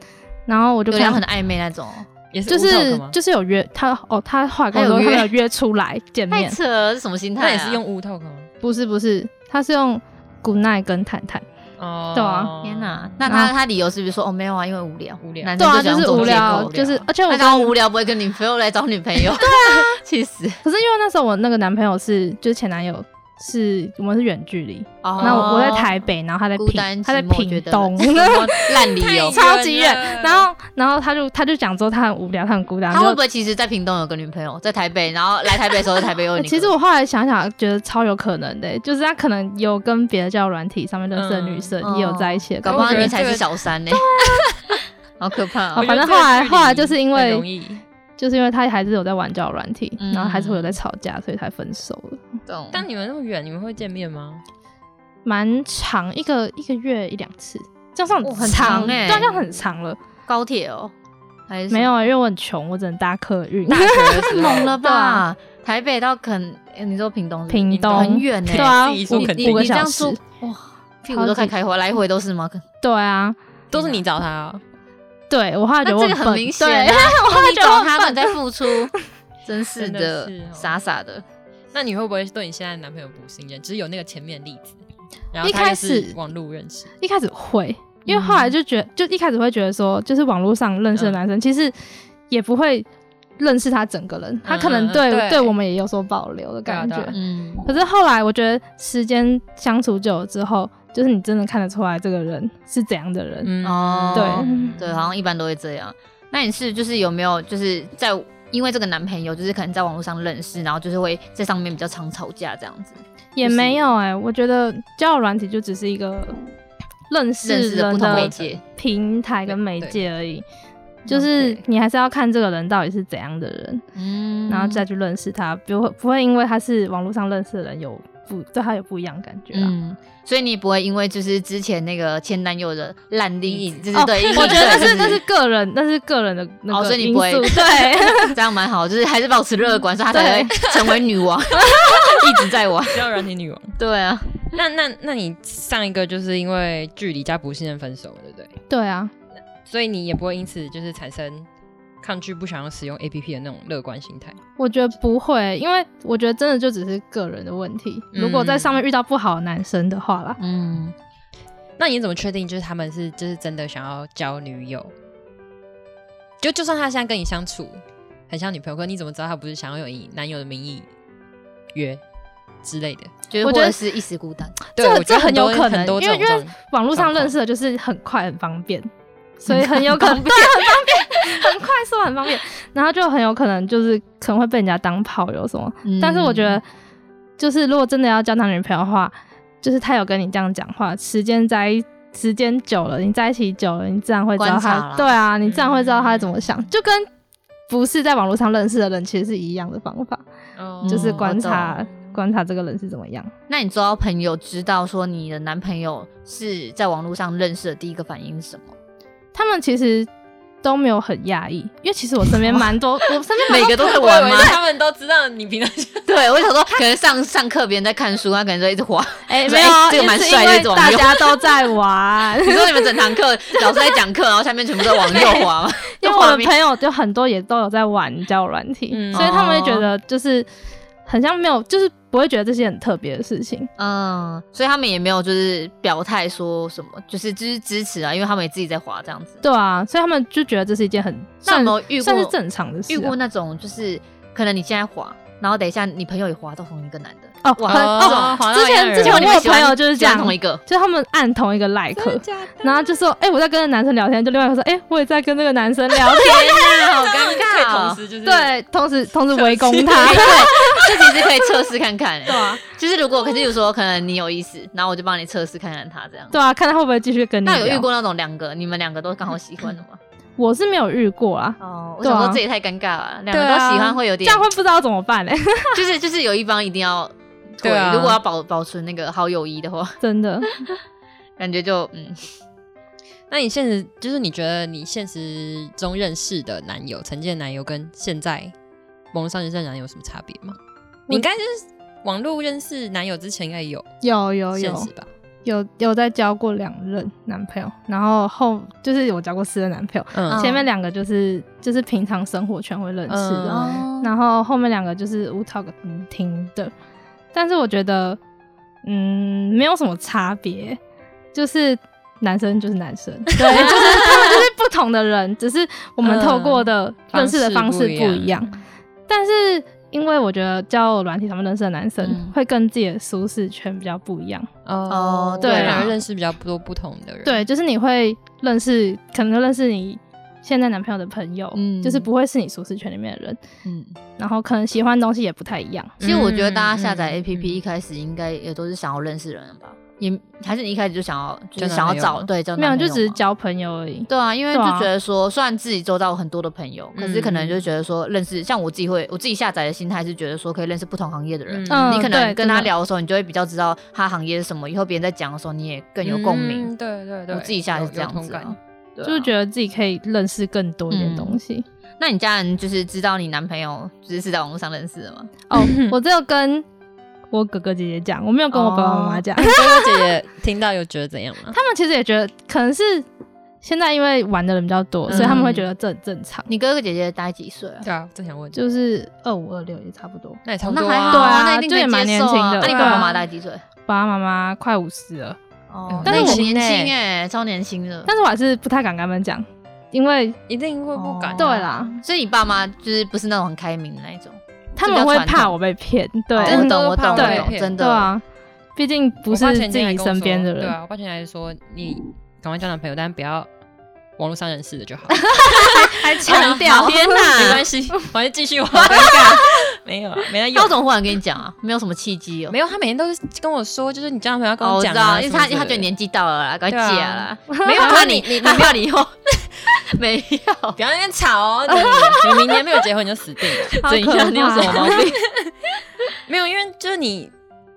Speaker 3: 然后我就
Speaker 1: 有
Speaker 3: 看
Speaker 1: 聊
Speaker 3: 他
Speaker 1: 很暧昧那种哦，
Speaker 2: 也是
Speaker 3: 就
Speaker 2: Wootalk
Speaker 3: 是
Speaker 2: 吗
Speaker 3: 就是有约他哦，他后来跟我说
Speaker 1: 还有
Speaker 3: 他
Speaker 1: 约
Speaker 3: 们有约出来见
Speaker 1: 太
Speaker 3: 面，
Speaker 1: 扯了，是什么心态、啊？
Speaker 2: 那也是用 Wootalk 吗？
Speaker 3: 不是不是，他是用 Good night 跟谈谈，
Speaker 2: 哦
Speaker 3: 对啊
Speaker 1: 天哪，那他
Speaker 3: 然后
Speaker 1: 他理由是不是说哦没有啊，因为无聊，
Speaker 2: 无聊
Speaker 1: 男
Speaker 3: 对
Speaker 1: 生
Speaker 3: 啊，
Speaker 1: 喜
Speaker 3: 就
Speaker 1: 欢
Speaker 3: 是
Speaker 1: 这种
Speaker 3: 无
Speaker 1: 借口
Speaker 3: 聊，就是而且我
Speaker 1: 他
Speaker 3: 跟
Speaker 1: 刚无聊不会跟女朋友来找女朋友，对啊， 气死。
Speaker 3: 可是因为那时候我那个男朋友是，就是前男友是我们是远距离，
Speaker 1: 哦
Speaker 3: 那、我我在台北，然后他在
Speaker 1: 孤
Speaker 3: 屏
Speaker 1: 单，
Speaker 3: 他在
Speaker 1: 寂寞
Speaker 3: 屏
Speaker 1: 觉得
Speaker 3: 东，
Speaker 1: 冷烂理由。
Speaker 2: 太
Speaker 3: 超级远
Speaker 2: 远了。
Speaker 3: 然后然后他就他就讲说他很无聊，他很孤 单。
Speaker 1: 他
Speaker 3: 就
Speaker 1: 会不会其实，在屏东有个女朋友，在台北，然后来台北的时候，在台北有
Speaker 3: 欸
Speaker 1: 你。
Speaker 3: 其实我后来想想，觉得超有可能的、欸就是他可能有跟别的交友软体上面认识的女生、
Speaker 1: 嗯
Speaker 3: 也有在一起的
Speaker 1: 搞
Speaker 3: 感
Speaker 1: 不好
Speaker 3: 觉。
Speaker 1: 你才是小三呢、欸 好可怕、
Speaker 3: 好
Speaker 1: 哦！
Speaker 3: 反正后来后来就是因为
Speaker 2: 很容易，
Speaker 3: 就是因为他还是有在玩交友软体，
Speaker 1: 嗯
Speaker 3: 然后还是会有在吵架，所以才分手了。
Speaker 1: 懂
Speaker 2: 但你们那么远，你们会见面吗？
Speaker 3: 蛮长，一个一个月一两次，这样算
Speaker 1: 哦很长欸
Speaker 3: 对啊，这样很长了。
Speaker 1: 高铁哦，还是什么
Speaker 3: 没有、啊因为我很穷，我只能搭客运。
Speaker 1: 大学的时候猛了
Speaker 3: 对
Speaker 1: 吧
Speaker 3: 啊？
Speaker 1: 台北到垦，欸你说屏东是不是，
Speaker 3: 屏东
Speaker 1: 很远呢、欸
Speaker 3: 对啊，
Speaker 2: 自己说
Speaker 3: 五
Speaker 2: 肯定
Speaker 1: 你
Speaker 3: 五个
Speaker 1: 你这
Speaker 3: 小
Speaker 1: 样
Speaker 3: 时
Speaker 1: 住，哇，屁股都快开花，来回都是吗？
Speaker 3: 对啊，
Speaker 2: 都是你找他啊？
Speaker 3: 对我后来
Speaker 1: 那
Speaker 3: 觉得
Speaker 1: 这
Speaker 3: 我
Speaker 1: 个
Speaker 3: 笨
Speaker 1: 很明显、
Speaker 3: 对
Speaker 1: 啊，那你
Speaker 3: 觉得我
Speaker 1: 找
Speaker 3: 很
Speaker 1: 他
Speaker 3: 笨
Speaker 1: 们在付 出，真是
Speaker 2: 真
Speaker 1: 的
Speaker 2: 的是，哦
Speaker 1: 傻傻的。
Speaker 2: 那你会不会对你现在的男朋友不信任？只是有那个前面的例子，然后
Speaker 3: 一
Speaker 2: 他
Speaker 3: 开
Speaker 2: 就是
Speaker 3: 始
Speaker 2: 网络认识，
Speaker 3: 一开始会，因为后来就觉得，就一开始会觉得说，就是网络上认识的男生，其实也不会认识他整个人，他可能对、
Speaker 2: 对
Speaker 3: 对我们也有所保留的感觉。
Speaker 2: 对啊对
Speaker 1: 嗯，
Speaker 3: 可是后来我觉得时间相处久了之后，就是你真的看得出来这个人是怎样的人。
Speaker 2: 嗯
Speaker 1: 哦
Speaker 3: 对
Speaker 1: 对，好像一般都会这样。那你是就是有没有就是在因为这个男朋友，就是可能在网络上认识，然后就是会在上面比较常吵架这样子，
Speaker 3: 也没有哎、我觉得交友软体就只是一个认识
Speaker 1: 认识的
Speaker 3: 人
Speaker 1: 不同
Speaker 3: 的
Speaker 1: 媒介。
Speaker 3: 平台跟媒介而已。就是你还是要看这个人到底是怎样的人，
Speaker 1: 嗯
Speaker 3: 然后再去认识他，不会不会因为他是网络上认识的人有不对他有不一样的感觉啊啦。
Speaker 1: 嗯，所以你不会因为就是之前那个前男友的烂例子，就是
Speaker 3: 哦
Speaker 1: 对，
Speaker 3: 我觉得那
Speaker 1: 就是
Speaker 3: 那是个人，那是个人的那
Speaker 1: 哦，所
Speaker 3: 个
Speaker 1: 以你
Speaker 3: 因
Speaker 1: 不
Speaker 3: 素。
Speaker 1: 会
Speaker 3: 对，
Speaker 1: 这样蛮好，就是还是保持乐观，所以他才会成为女 王，一直在玩。
Speaker 2: 需要软体女王。
Speaker 1: 对啊，
Speaker 2: 那那那你上一个就是因为距离加不信任分手，对不对？
Speaker 3: 对啊，
Speaker 2: 所以你也不会因此就是产生抗拒不想要使用 A P P 的那种乐观心态。
Speaker 3: 我觉得不会，因为我觉得真的就只是个人的问题。如果在上面遇到不好的男生的话啦，
Speaker 1: 嗯，
Speaker 2: 那你怎么确定就是他们是就是真的想要交女友？就就算他现在跟你相处很像女朋友，可你怎么知道他不是想要以男友的名义约之类的？
Speaker 1: 就是
Speaker 3: 我
Speaker 1: 或
Speaker 3: 觉得
Speaker 1: 者是一时孤单。
Speaker 2: 对，
Speaker 3: 这
Speaker 2: 我觉得
Speaker 3: 这很有
Speaker 2: 多
Speaker 3: 可能
Speaker 2: 很多
Speaker 3: 因为
Speaker 2: 这种
Speaker 3: 因为
Speaker 2: 状
Speaker 3: 网络上
Speaker 2: 状况
Speaker 3: 认识的就是很快很方便，所以很有 可能对，很方便，很快速，很方便。然后就很有可能就是可能会被人家当炮友什么。
Speaker 1: 嗯
Speaker 3: 但是我觉得，就是如果真的要交男女朋友的话，就是他有跟你这样讲话，时间在一时间久了，你在一起久了，你自然会知道
Speaker 1: 观察
Speaker 3: 他
Speaker 1: 啦。
Speaker 3: 对啊，你自然会知道他怎么想，就跟不是在网络上认识的人其实是一样的方法，
Speaker 2: 哦
Speaker 3: 就是
Speaker 1: 嗯
Speaker 3: 观
Speaker 1: 我
Speaker 3: 察观察这个人是怎么样。
Speaker 1: 那你周遭朋友知道说你的男朋友是在网络上认识的，第一个反应是什么？
Speaker 3: 他们其实都没有很压抑，因为其实我 身边蛮多，我身边蛮
Speaker 1: 每
Speaker 3: 多
Speaker 1: 个都在
Speaker 2: 我以
Speaker 1: 玩
Speaker 2: 为
Speaker 1: 吗？
Speaker 2: 他们都知道你平 常
Speaker 1: 对，我想说，可能上上课别人在看书，他可能就一直滑。
Speaker 3: 哎、
Speaker 1: 说
Speaker 3: 没有
Speaker 1: 哎
Speaker 3: 啊，
Speaker 1: 这个
Speaker 3: 也
Speaker 1: 蛮
Speaker 3: 是
Speaker 1: 帅
Speaker 3: 因
Speaker 1: 的
Speaker 3: 为
Speaker 1: 这种
Speaker 3: 大
Speaker 1: 用
Speaker 3: 家都
Speaker 1: ，
Speaker 3: 在玩
Speaker 1: 你说你们整堂课老师在讲课，然后下面全部在往右 滑吗？
Speaker 3: 因为
Speaker 1: 画
Speaker 3: 我的
Speaker 1: 面
Speaker 3: 朋友就很多也都有在玩交友软体，
Speaker 2: 嗯
Speaker 3: 所以他们会
Speaker 1: 哦
Speaker 3: 觉得就是很像没有，就是不会觉得这些很特别的事情。
Speaker 1: 嗯，所以他们也没有就是表态说什么，就是就是支持啊，因为他们也自己在滑这样子。
Speaker 3: 对啊，所以他们就觉得这是一件很
Speaker 1: 那有
Speaker 3: 算
Speaker 1: 没有遇过
Speaker 3: 算是正常的事、
Speaker 1: 遇过
Speaker 3: 啊。
Speaker 1: 那种就是可能你现在滑，然后等一下你朋友也滑到同一个男的，
Speaker 3: 哦，
Speaker 1: 哇
Speaker 3: 很哦
Speaker 2: 哦滑到
Speaker 3: 之
Speaker 2: 一
Speaker 3: 前
Speaker 2: 个人
Speaker 3: 之前
Speaker 1: 结果
Speaker 3: 我
Speaker 1: 你们
Speaker 3: 有
Speaker 1: 喜欢
Speaker 3: 朋友就是
Speaker 1: 喜
Speaker 3: 这
Speaker 1: 欢
Speaker 3: 样，
Speaker 1: 同一个，
Speaker 3: 就他们按同一个 like，然后就说，哎、我在跟男生聊天，就另外一个说，哎、我也在跟那个男生聊 天，
Speaker 1: 天哪，好 尴
Speaker 2: 可
Speaker 1: 尬
Speaker 2: 以同
Speaker 1: 哦。
Speaker 2: 时就是
Speaker 3: 对，同时同时围攻他
Speaker 1: 哎，对，这其实可以测试看看、
Speaker 3: 对
Speaker 1: 欸。
Speaker 3: 啊，
Speaker 1: 就是如果，可是有时候可能你有意思，然后我就帮你测试看看他这样。
Speaker 3: 对啊，看他会不会继续跟你
Speaker 1: 那
Speaker 3: 聊。
Speaker 1: 有遇过那种两个，你们两个都刚好喜欢的吗？
Speaker 3: 我是没有遇过啊，
Speaker 1: 哦，我
Speaker 3: 对啊
Speaker 1: 想说这也太尴尬了，两个
Speaker 2: 对
Speaker 1: 都
Speaker 2: 啊
Speaker 1: 喜欢会有
Speaker 3: 这
Speaker 1: 点
Speaker 3: 样，会不知道怎么办欸嘞、
Speaker 1: 就是就是有一方一定要退。
Speaker 2: 对啊
Speaker 1: 如果要保保存那个好友谊的话，
Speaker 3: 真的。
Speaker 1: 感觉就嗯，
Speaker 2: 那你现实就是你觉得你现实中认识的男友，曾经的男友跟现在网络上认识的男友有什么差别吗？你应该就是网络认识男友之前应该也有
Speaker 3: 有有
Speaker 2: 现
Speaker 3: 有
Speaker 2: 实吧？
Speaker 3: 有有在交过两任男朋友，然后后就是有交过四任男朋友，
Speaker 1: 嗯
Speaker 3: 前面两个就是就是平常生活圈会认识的，
Speaker 2: 嗯
Speaker 1: 哦
Speaker 3: 然后后面两个就是无讨嗯听的，但是我觉得嗯没有什么差别，就是。男生就是男生，对，就是他们就是不同的人，只是我们透过的
Speaker 2: 嗯
Speaker 3: 认识的方式
Speaker 2: 方式不
Speaker 3: 不
Speaker 2: 一
Speaker 3: 一样。但是因为我觉得交友软体他们认识的男生、
Speaker 1: 嗯
Speaker 3: 会跟自己的舒适圈比较不一样，
Speaker 1: 哦
Speaker 2: 对，
Speaker 1: 对
Speaker 2: 反而
Speaker 1: 啦
Speaker 2: 认识比较多不同的人。，
Speaker 3: 对，就是你会认识，可能就认识你现在男朋友的朋友，
Speaker 1: 嗯
Speaker 3: 就是不会是你舒适圈里面的人，
Speaker 1: 嗯，
Speaker 3: 然后可能喜欢的东西也不太一样。
Speaker 1: 其实我觉得大家下载
Speaker 2: 嗯嗯
Speaker 1: APP 一开始应该也都是想要认识人吧，也还是你一开始就想要就是
Speaker 2: 交男
Speaker 1: 想要
Speaker 2: 朋友
Speaker 1: 找
Speaker 2: 吗
Speaker 1: 对交
Speaker 3: 没有，
Speaker 1: 男朋
Speaker 3: 就
Speaker 1: 友
Speaker 3: 只是
Speaker 1: 吗
Speaker 3: 交朋友而已。
Speaker 1: 对啊，因为就
Speaker 3: 对啊
Speaker 1: 觉得说，虽然自己周遭有很多的朋友，可是可能
Speaker 2: 嗯
Speaker 1: 就觉得说，认识像我自己会，我自己下载的心态是觉得说，可以认识不同行业的人。
Speaker 2: 嗯
Speaker 1: 你可能
Speaker 3: 对
Speaker 1: 跟他，
Speaker 3: 真的
Speaker 1: 聊的时候，你就会比较知道他行业是什么，以后别人在讲的时候，你也更有共鸣。
Speaker 2: 嗯对对对，
Speaker 1: 我自己下来
Speaker 2: 有
Speaker 1: 是这样子、
Speaker 2: 有同
Speaker 1: 啊
Speaker 2: 感，
Speaker 1: 对啊嗯
Speaker 3: 就是觉得自己可以认识更多一点东西。
Speaker 1: 那你家人就是知道你男朋友就是是在网络上认识的吗？
Speaker 3: 哦，我只有跟我哥哥姐姐讲，我没有跟我爸爸妈妈 讲。
Speaker 2: 哥哥姐姐听到有觉得怎样吗？
Speaker 3: 他们其实也觉得，可能是现在因为玩的人比较多，所以他们会
Speaker 1: 嗯
Speaker 3: 觉得这很正常。
Speaker 1: 你哥哥姐姐大概几岁啊？
Speaker 2: 对啊，正想问，
Speaker 3: 就是二五二六也差不多，
Speaker 2: 那也差
Speaker 1: 哦
Speaker 2: 不
Speaker 1: 那
Speaker 2: 多
Speaker 1: 还好
Speaker 3: 对
Speaker 2: 啊，
Speaker 3: 啊
Speaker 1: 那一定
Speaker 3: 就
Speaker 1: 可以
Speaker 3: 也蛮
Speaker 1: 接
Speaker 3: 年
Speaker 1: 受啊
Speaker 3: 轻的
Speaker 1: 那你爸
Speaker 3: 对啊
Speaker 1: 爸妈妈大概几岁？
Speaker 3: 爸爸妈妈快五十了，
Speaker 1: 哦
Speaker 2: 但
Speaker 1: 那很
Speaker 2: 是我
Speaker 1: 年
Speaker 2: 欸
Speaker 1: 轻哎，超年轻的。
Speaker 3: 但是我还是不太敢跟他们讲，因为
Speaker 2: 一定会不敢、啊
Speaker 1: 哦
Speaker 3: 对啦，
Speaker 1: 所以你爸妈就是不是那种很开明的那一种？
Speaker 3: 他们会怕我被骗，对，
Speaker 1: 真
Speaker 2: 传
Speaker 1: 的
Speaker 2: 统
Speaker 1: 懂我懂我
Speaker 3: 对
Speaker 1: 懂，真
Speaker 3: 对
Speaker 1: 的。
Speaker 3: 啊，毕竟不
Speaker 2: 我
Speaker 3: 是
Speaker 2: 爸
Speaker 3: 自
Speaker 2: 前几天还
Speaker 3: 己
Speaker 2: 跟我
Speaker 3: 身边
Speaker 2: 说
Speaker 3: 的
Speaker 2: 对
Speaker 3: 人，
Speaker 2: 啊，我爸前天还说你赶快交男朋友，但不要网络上认识的就好。
Speaker 1: 还
Speaker 2: 强调
Speaker 1: 天
Speaker 2: 没
Speaker 1: 哪！
Speaker 2: 关系，哦我还是继续玩。尴尬，没有啊，没人
Speaker 1: 他
Speaker 2: 有
Speaker 1: 怎。么忽然跟你讲啊？没有什么契机哦。
Speaker 2: 没有，他每天都是跟我说，就是你交男朋友要跟
Speaker 1: 哦，我
Speaker 2: 讲
Speaker 1: 知
Speaker 2: 啊，
Speaker 1: 道，因为
Speaker 2: 什么
Speaker 1: 他
Speaker 2: 之类的
Speaker 1: 他觉得年纪到了啦，赶快戒啦。
Speaker 2: 没有啊
Speaker 1: 那
Speaker 2: 你
Speaker 1: 你你男朋友以后 没有？
Speaker 2: 不要在那边吵哦， 你你明年没有结婚你就死定了。
Speaker 3: 好
Speaker 1: 怎
Speaker 3: 可怕
Speaker 1: 样？你有什么毛 病？
Speaker 2: 没有，因为就是你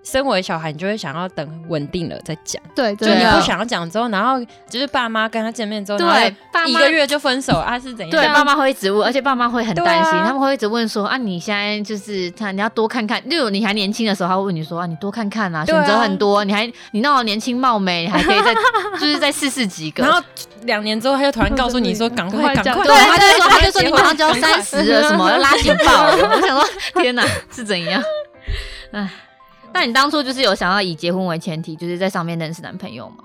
Speaker 2: 身为小孩，你就会想要等稳定了再讲，
Speaker 3: 对，
Speaker 2: 就
Speaker 3: 就
Speaker 2: 你
Speaker 1: 对啊
Speaker 2: 不想要讲之后，然后就是爸妈跟他见面之后，然后
Speaker 1: 对，爸妈
Speaker 2: 一个。月就分手啊，是怎样？
Speaker 1: 对，爸妈会一直问，而且爸妈会很担心，
Speaker 2: 对啊
Speaker 1: 他们会一直问说啊，你现在就是他，你要多看看。例如你还年轻的时候，他会问你说啊，你多看看啊，
Speaker 2: 对啊
Speaker 1: 选择很多，你还你那么年轻貌美，你还可以 再就是再试试几个。
Speaker 2: 然后两年之后，他就突然告诉你说：“赶快，
Speaker 3: 赶
Speaker 2: 赶
Speaker 3: 快
Speaker 2: 快！”
Speaker 1: 对，啊
Speaker 3: 对
Speaker 1: 他就说，他就说你马上就要
Speaker 2: 赶
Speaker 1: 三
Speaker 2: 快
Speaker 1: 十了，什么要拉警 报了。我想说，天哪，是怎样？哎，那你当初就是有想要以结婚为前提，就是在上面认识男朋友吗？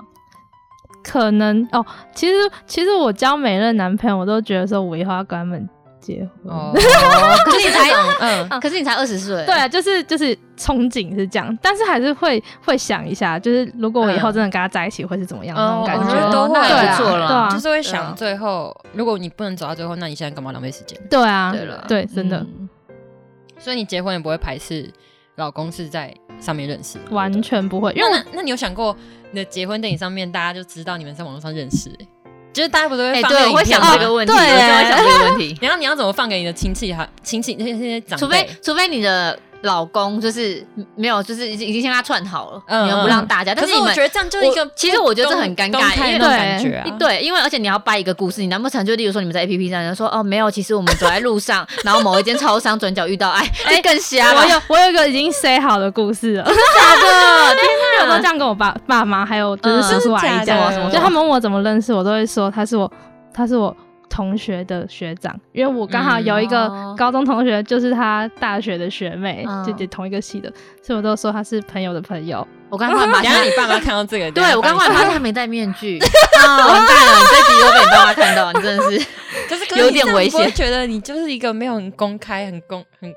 Speaker 3: 可能哦。其实其实我交每任男朋友，我都觉得说我以后要跟他们结婚。
Speaker 2: 哦，
Speaker 1: 可是你才，
Speaker 2: 嗯，
Speaker 1: 可是你才二十岁，
Speaker 3: 对，啊，就是就是憧憬是这样，但是还是会会想一下，就是如果我以后真的跟他在一起会是怎么样、那
Speaker 2: 哦
Speaker 3: 种感
Speaker 2: 我
Speaker 3: 觉
Speaker 2: 觉。得都会
Speaker 1: 那
Speaker 3: 对
Speaker 1: 也
Speaker 3: 啊
Speaker 1: 不错了，
Speaker 3: 对啊
Speaker 2: 就是会想
Speaker 1: 啊
Speaker 2: 最后，如果你不能走到最后，那你现在干嘛浪费时间？
Speaker 3: 对啊，
Speaker 1: 对了
Speaker 3: 对，真的、
Speaker 1: 嗯
Speaker 2: 所以你结婚也不会排斥老公是在上面认识的，
Speaker 3: 完全不会，因
Speaker 2: 因为
Speaker 3: 为
Speaker 2: 那那你有想过，你的结婚电影上面大家就知道你们在网络上认识、欸，就是大家不都会
Speaker 1: 哎，
Speaker 2: 放那
Speaker 1: 对，
Speaker 2: 个
Speaker 1: 我会
Speaker 2: 影片哎
Speaker 1: 想
Speaker 2: 吗、
Speaker 1: 这个问题，我
Speaker 3: 对
Speaker 1: 就会想这个问 题，
Speaker 2: 你要你要怎么放给你的亲戚哈亲戚那些那些长辈？
Speaker 1: 除非除非你的老公就是没有，就是已经已经先跟他串好了，
Speaker 2: 嗯
Speaker 1: 你们不让大家，啊但是
Speaker 2: 可是
Speaker 1: 你
Speaker 2: 我
Speaker 1: 们
Speaker 2: 觉得这样就是一个
Speaker 1: 我
Speaker 2: 不
Speaker 1: 其实我觉得这很尴
Speaker 2: 公
Speaker 1: 尬
Speaker 2: 公开
Speaker 1: 因为
Speaker 2: 那种感觉啊，
Speaker 1: 对，因为而且你要掰一个故事，你难不成就例如说你们在 A P P 上，然后说哦没有，其实我们走在路上，然后某一间超商转角遇到，哎，哎更瞎了
Speaker 3: 我，有我有一个已经 say 好的故事了，
Speaker 1: 假的，
Speaker 3: 因为我都
Speaker 1: 天
Speaker 3: 这
Speaker 1: 哪，
Speaker 3: 样跟我爸爸妈还有就
Speaker 1: 嗯
Speaker 3: 是叔叔阿姨
Speaker 2: 真
Speaker 3: 讲
Speaker 2: 的，
Speaker 1: 什么
Speaker 3: 就他们问我怎么认识，我都会说他是我他是我同学的学长，因为我刚好有一
Speaker 1: 嗯
Speaker 3: 个
Speaker 1: 哦
Speaker 3: 高中同学就是他大学的学妹，
Speaker 1: 嗯
Speaker 3: 姐姐同一个系的，所以我都说他是朋友的朋友。
Speaker 1: 我刚刚发
Speaker 2: 然后
Speaker 1: 现
Speaker 2: 你。爸妈看到这个，
Speaker 1: 对，我刚
Speaker 2: 换
Speaker 1: 刚发现他没戴面 具，啊，完蛋了！你这集又被你爸妈看到，你真的是
Speaker 2: 可是
Speaker 1: 有点危险
Speaker 2: 我觉得你就是一个没有很公开、很公、很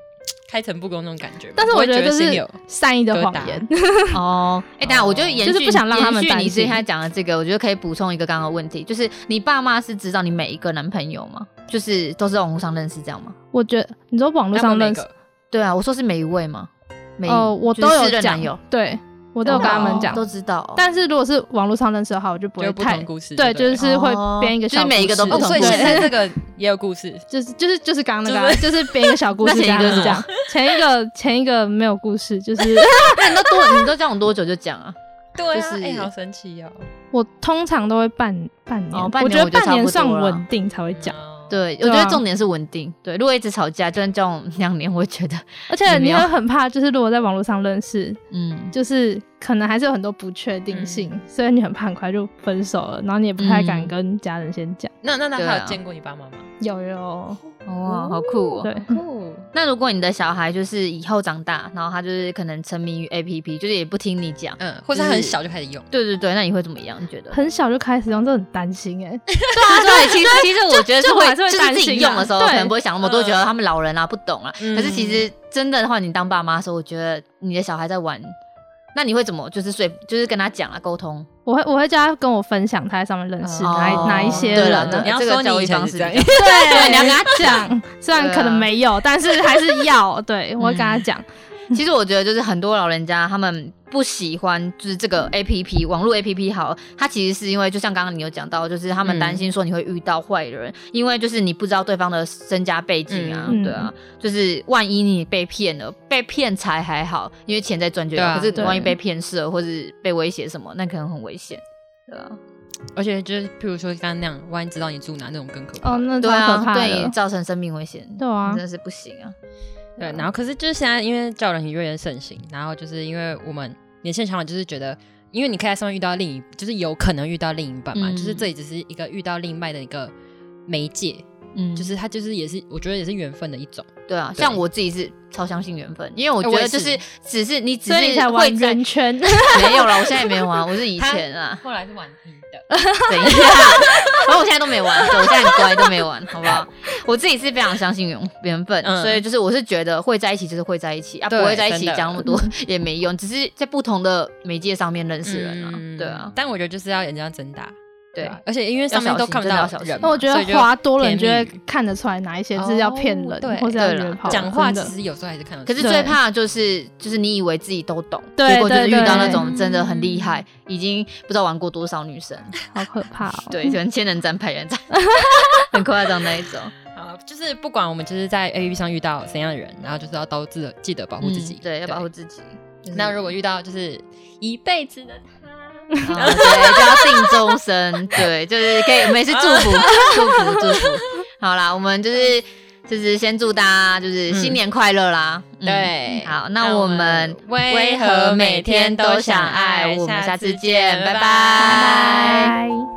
Speaker 2: 开诚布公那种感觉吗。
Speaker 3: 但是
Speaker 2: 不会
Speaker 3: 觉
Speaker 2: 觉
Speaker 3: 得这
Speaker 2: 心里
Speaker 3: 是
Speaker 2: 有
Speaker 3: 善意的
Speaker 2: 疙
Speaker 3: 谎
Speaker 2: 瘩
Speaker 3: 言，
Speaker 1: 哦， 哎，等一下，我就延续，
Speaker 3: 就是不想让他们
Speaker 1: 延续
Speaker 3: 担
Speaker 1: 你
Speaker 3: 心
Speaker 1: 之前讲的这个，我觉得可以补充一个刚刚的问题，就是你爸妈是知道你每一个男朋友吗？就是都是在网络上认识这样吗？
Speaker 3: 我觉得你说网络
Speaker 2: 那
Speaker 3: 上
Speaker 2: 么那
Speaker 3: 认识
Speaker 2: 个，
Speaker 1: 对啊，我说是每一位吗？每一
Speaker 3: 哦，我
Speaker 1: 就
Speaker 3: 都
Speaker 1: 是
Speaker 3: 有
Speaker 1: 四任
Speaker 3: 讲
Speaker 1: 男友，，
Speaker 3: 对我都有跟他们讲
Speaker 1: 哦。都知道 哦。
Speaker 3: 但是如果是网络上认识的话，我就不
Speaker 2: 就
Speaker 3: 会
Speaker 2: 不
Speaker 3: 太
Speaker 2: 同故事，。
Speaker 3: 对，就是是会
Speaker 1: 哦
Speaker 3: 编一个
Speaker 1: 就是
Speaker 3: 小故事，
Speaker 1: 每一个都不
Speaker 2: 哦，
Speaker 1: 同
Speaker 2: 所以
Speaker 1: 故
Speaker 3: 对
Speaker 1: 事
Speaker 2: 现在这 个也有故事，
Speaker 3: 就是就是就是刚刚那个啊，就是编一个小故
Speaker 1: 那
Speaker 3: 事
Speaker 1: 前
Speaker 3: 这
Speaker 1: 一个是
Speaker 3: 样子
Speaker 1: 什么
Speaker 3: 讲。前一个 前一个没有故事，就是
Speaker 1: 那你都多，你都交往多久就讲啊？
Speaker 2: 对
Speaker 1: 就是
Speaker 2: 哎，好神奇哦。
Speaker 3: 我通常都会半半
Speaker 1: 哦
Speaker 3: 年，
Speaker 1: 半
Speaker 3: 我
Speaker 1: 年
Speaker 3: 觉
Speaker 1: 我觉
Speaker 3: 得
Speaker 1: 得
Speaker 3: 半年
Speaker 1: 差
Speaker 3: 算
Speaker 1: 不多了
Speaker 3: 稳定才会讲，
Speaker 2: 哦，
Speaker 1: 对，我
Speaker 3: 对啊
Speaker 1: 觉得重点是稳定。对，如果一直吵架，就算交往两年，我也觉得，
Speaker 3: 而且
Speaker 1: 没
Speaker 3: 你
Speaker 1: 有
Speaker 3: 会很怕，就是如果在网络上认识，
Speaker 1: 嗯，
Speaker 3: 就是可能还是有很多不确定性，所以你很怕很快就分手了，然后你也不太敢
Speaker 1: 嗯
Speaker 3: 跟家人先讲。
Speaker 2: 那那那
Speaker 1: 对
Speaker 2: 他
Speaker 1: 啊
Speaker 2: 有见过你爸妈吗？
Speaker 3: 有有，
Speaker 1: 哇，好酷哦。
Speaker 3: 对，
Speaker 2: 酷，
Speaker 1: 那如果你的小孩就是以后长大，然后他就是可能沉迷于 A P P，就是也不听你讲，
Speaker 2: 嗯，或者他很小就开始用，
Speaker 1: 对对对，那你会怎么样？你觉得？
Speaker 3: 很小就开始用，这很担心哎。
Speaker 1: 对啊对，其实其实我觉得是
Speaker 3: 就
Speaker 1: 会，
Speaker 3: 还是会
Speaker 1: 就是
Speaker 3: 担
Speaker 1: 自己
Speaker 3: 心
Speaker 1: 用
Speaker 3: 啊
Speaker 1: 的时候
Speaker 3: 对
Speaker 1: 可能不会想那么多，
Speaker 2: 嗯
Speaker 1: 觉得他们老人啊不懂啊。
Speaker 2: 嗯
Speaker 1: 可是其实真的话，你当爸妈的时候，我觉得你的小孩在玩，那你会怎么就是说，就是跟他讲啊，沟通
Speaker 3: 我会我会叫他跟我分享他在上面认识哪一
Speaker 1: 哦
Speaker 3: 哪一些
Speaker 1: 对
Speaker 3: 人
Speaker 1: 了，
Speaker 3: 啊
Speaker 1: 对
Speaker 2: 你要
Speaker 1: 这
Speaker 2: 说
Speaker 1: 个
Speaker 2: 你
Speaker 1: 教
Speaker 2: 以
Speaker 1: 育
Speaker 2: 前
Speaker 1: 方
Speaker 2: 是
Speaker 1: 式
Speaker 2: 这样
Speaker 1: 比较对，你要跟他
Speaker 3: 讲，虽然可能没有，但是还是要。对我会跟他讲，
Speaker 1: 其实我觉得就是很多老人家他们不喜欢就是这个 A P P 网络 A P P 好，它其实是因为就像刚刚你有讲到，就是他们
Speaker 2: 嗯
Speaker 1: 担心说你会遇到坏人，因为就是你不知道对方的身家背景啊，
Speaker 3: 嗯
Speaker 1: 对啊，就是万一你被骗了，被骗财还好，因为钱在赚就有，
Speaker 2: 对啊
Speaker 1: 可是你万一
Speaker 3: 对
Speaker 1: 被骗色或是被威胁什么，那可能很危险，对啊，
Speaker 2: 而且就是譬如说刚刚那样，万一知道你住哪那种更可怕。
Speaker 3: 哦，那
Speaker 1: 对
Speaker 3: 超可
Speaker 1: 啊，
Speaker 3: 怕
Speaker 1: 对你
Speaker 3: 的。
Speaker 1: 造成生命危险，
Speaker 3: 对啊
Speaker 1: 真的是不行啊，
Speaker 2: 对，
Speaker 3: 嗯
Speaker 2: 然后可是就是现在，因为交友软体越来越盛行，然后就是因为我们年轻人想法就是觉得，因为你可以在上面遇到另一，就是有可能遇到另一半嘛，
Speaker 1: 嗯
Speaker 2: 就是这里只是一个遇到另一半的一个媒介，
Speaker 1: 嗯，
Speaker 2: 就是它就是也是我觉得也是缘分的一种。
Speaker 1: 对啊，
Speaker 2: 对
Speaker 1: 像我自己是超相信缘分，因为我
Speaker 2: 哎
Speaker 1: 觉
Speaker 2: 我
Speaker 1: 得
Speaker 2: 也，
Speaker 1: 就是是只是你只
Speaker 3: 所以你
Speaker 1: 是
Speaker 3: 才玩
Speaker 1: 会在
Speaker 3: 圆圈，
Speaker 1: 没有了，我现在也没玩，我是以前啊
Speaker 2: 后来是玩你的，
Speaker 1: 等一下，啊反正我现在都没玩，对我现在很乖，都没玩， 好不好？我自己是非常相信缘缘分，
Speaker 2: 嗯
Speaker 1: 所以就是我是觉得会在一起就是会在一起啊，不
Speaker 2: 对
Speaker 1: 会在一起
Speaker 2: 真的
Speaker 1: 讲那么多 也没用，只是在不同的媒介上面认识人
Speaker 2: 嗯
Speaker 1: 啊，
Speaker 3: 嗯
Speaker 1: 对啊，
Speaker 2: 但我觉得就是要人家真打，
Speaker 1: 对
Speaker 2: 啊，而且因为上面
Speaker 1: 要小
Speaker 2: 都
Speaker 1: 心
Speaker 2: 看不
Speaker 1: 真的
Speaker 2: 到
Speaker 1: 要小心
Speaker 2: 人嘛，
Speaker 3: 那我觉
Speaker 2: 所以
Speaker 3: 得
Speaker 2: 就
Speaker 3: 花多了，你就
Speaker 2: 甜蜜
Speaker 3: 会看得出来哪一些是要骗
Speaker 2: 哦对
Speaker 3: 人，或者要
Speaker 1: 对啦
Speaker 3: 约炮的。
Speaker 2: 讲话
Speaker 3: 真
Speaker 2: 其
Speaker 3: 的
Speaker 2: 实有时候还是看得出
Speaker 1: 可
Speaker 2: 来。
Speaker 1: 是最怕的就是就是你以为自己都懂，
Speaker 3: 对
Speaker 1: 结果就是遇
Speaker 3: 对
Speaker 1: 到
Speaker 3: 对
Speaker 1: 那种真的很厉害，已经不知道玩过多少女生，
Speaker 3: 好可怕哦。
Speaker 1: 对， 可能千人斩、百人 斩，很夸张那一种。
Speaker 2: 好，就是不管我们就是在 A P P 上遇到怎样的人，然后就是要都记得记得 保护自己，
Speaker 1: 嗯对，要保护自己。嗯就是
Speaker 2: 那如果遇到就是一辈子的他，
Speaker 1: 啊对，就要定终身，对，就是可以，我们也是祝福，祝福，祝福。好啦，我们就是就是先祝大家就是新年快乐啦，嗯
Speaker 2: 对
Speaker 1: 好，那我们为何每天都想爱，我们下次见，拜拜。
Speaker 2: 拜
Speaker 3: 拜。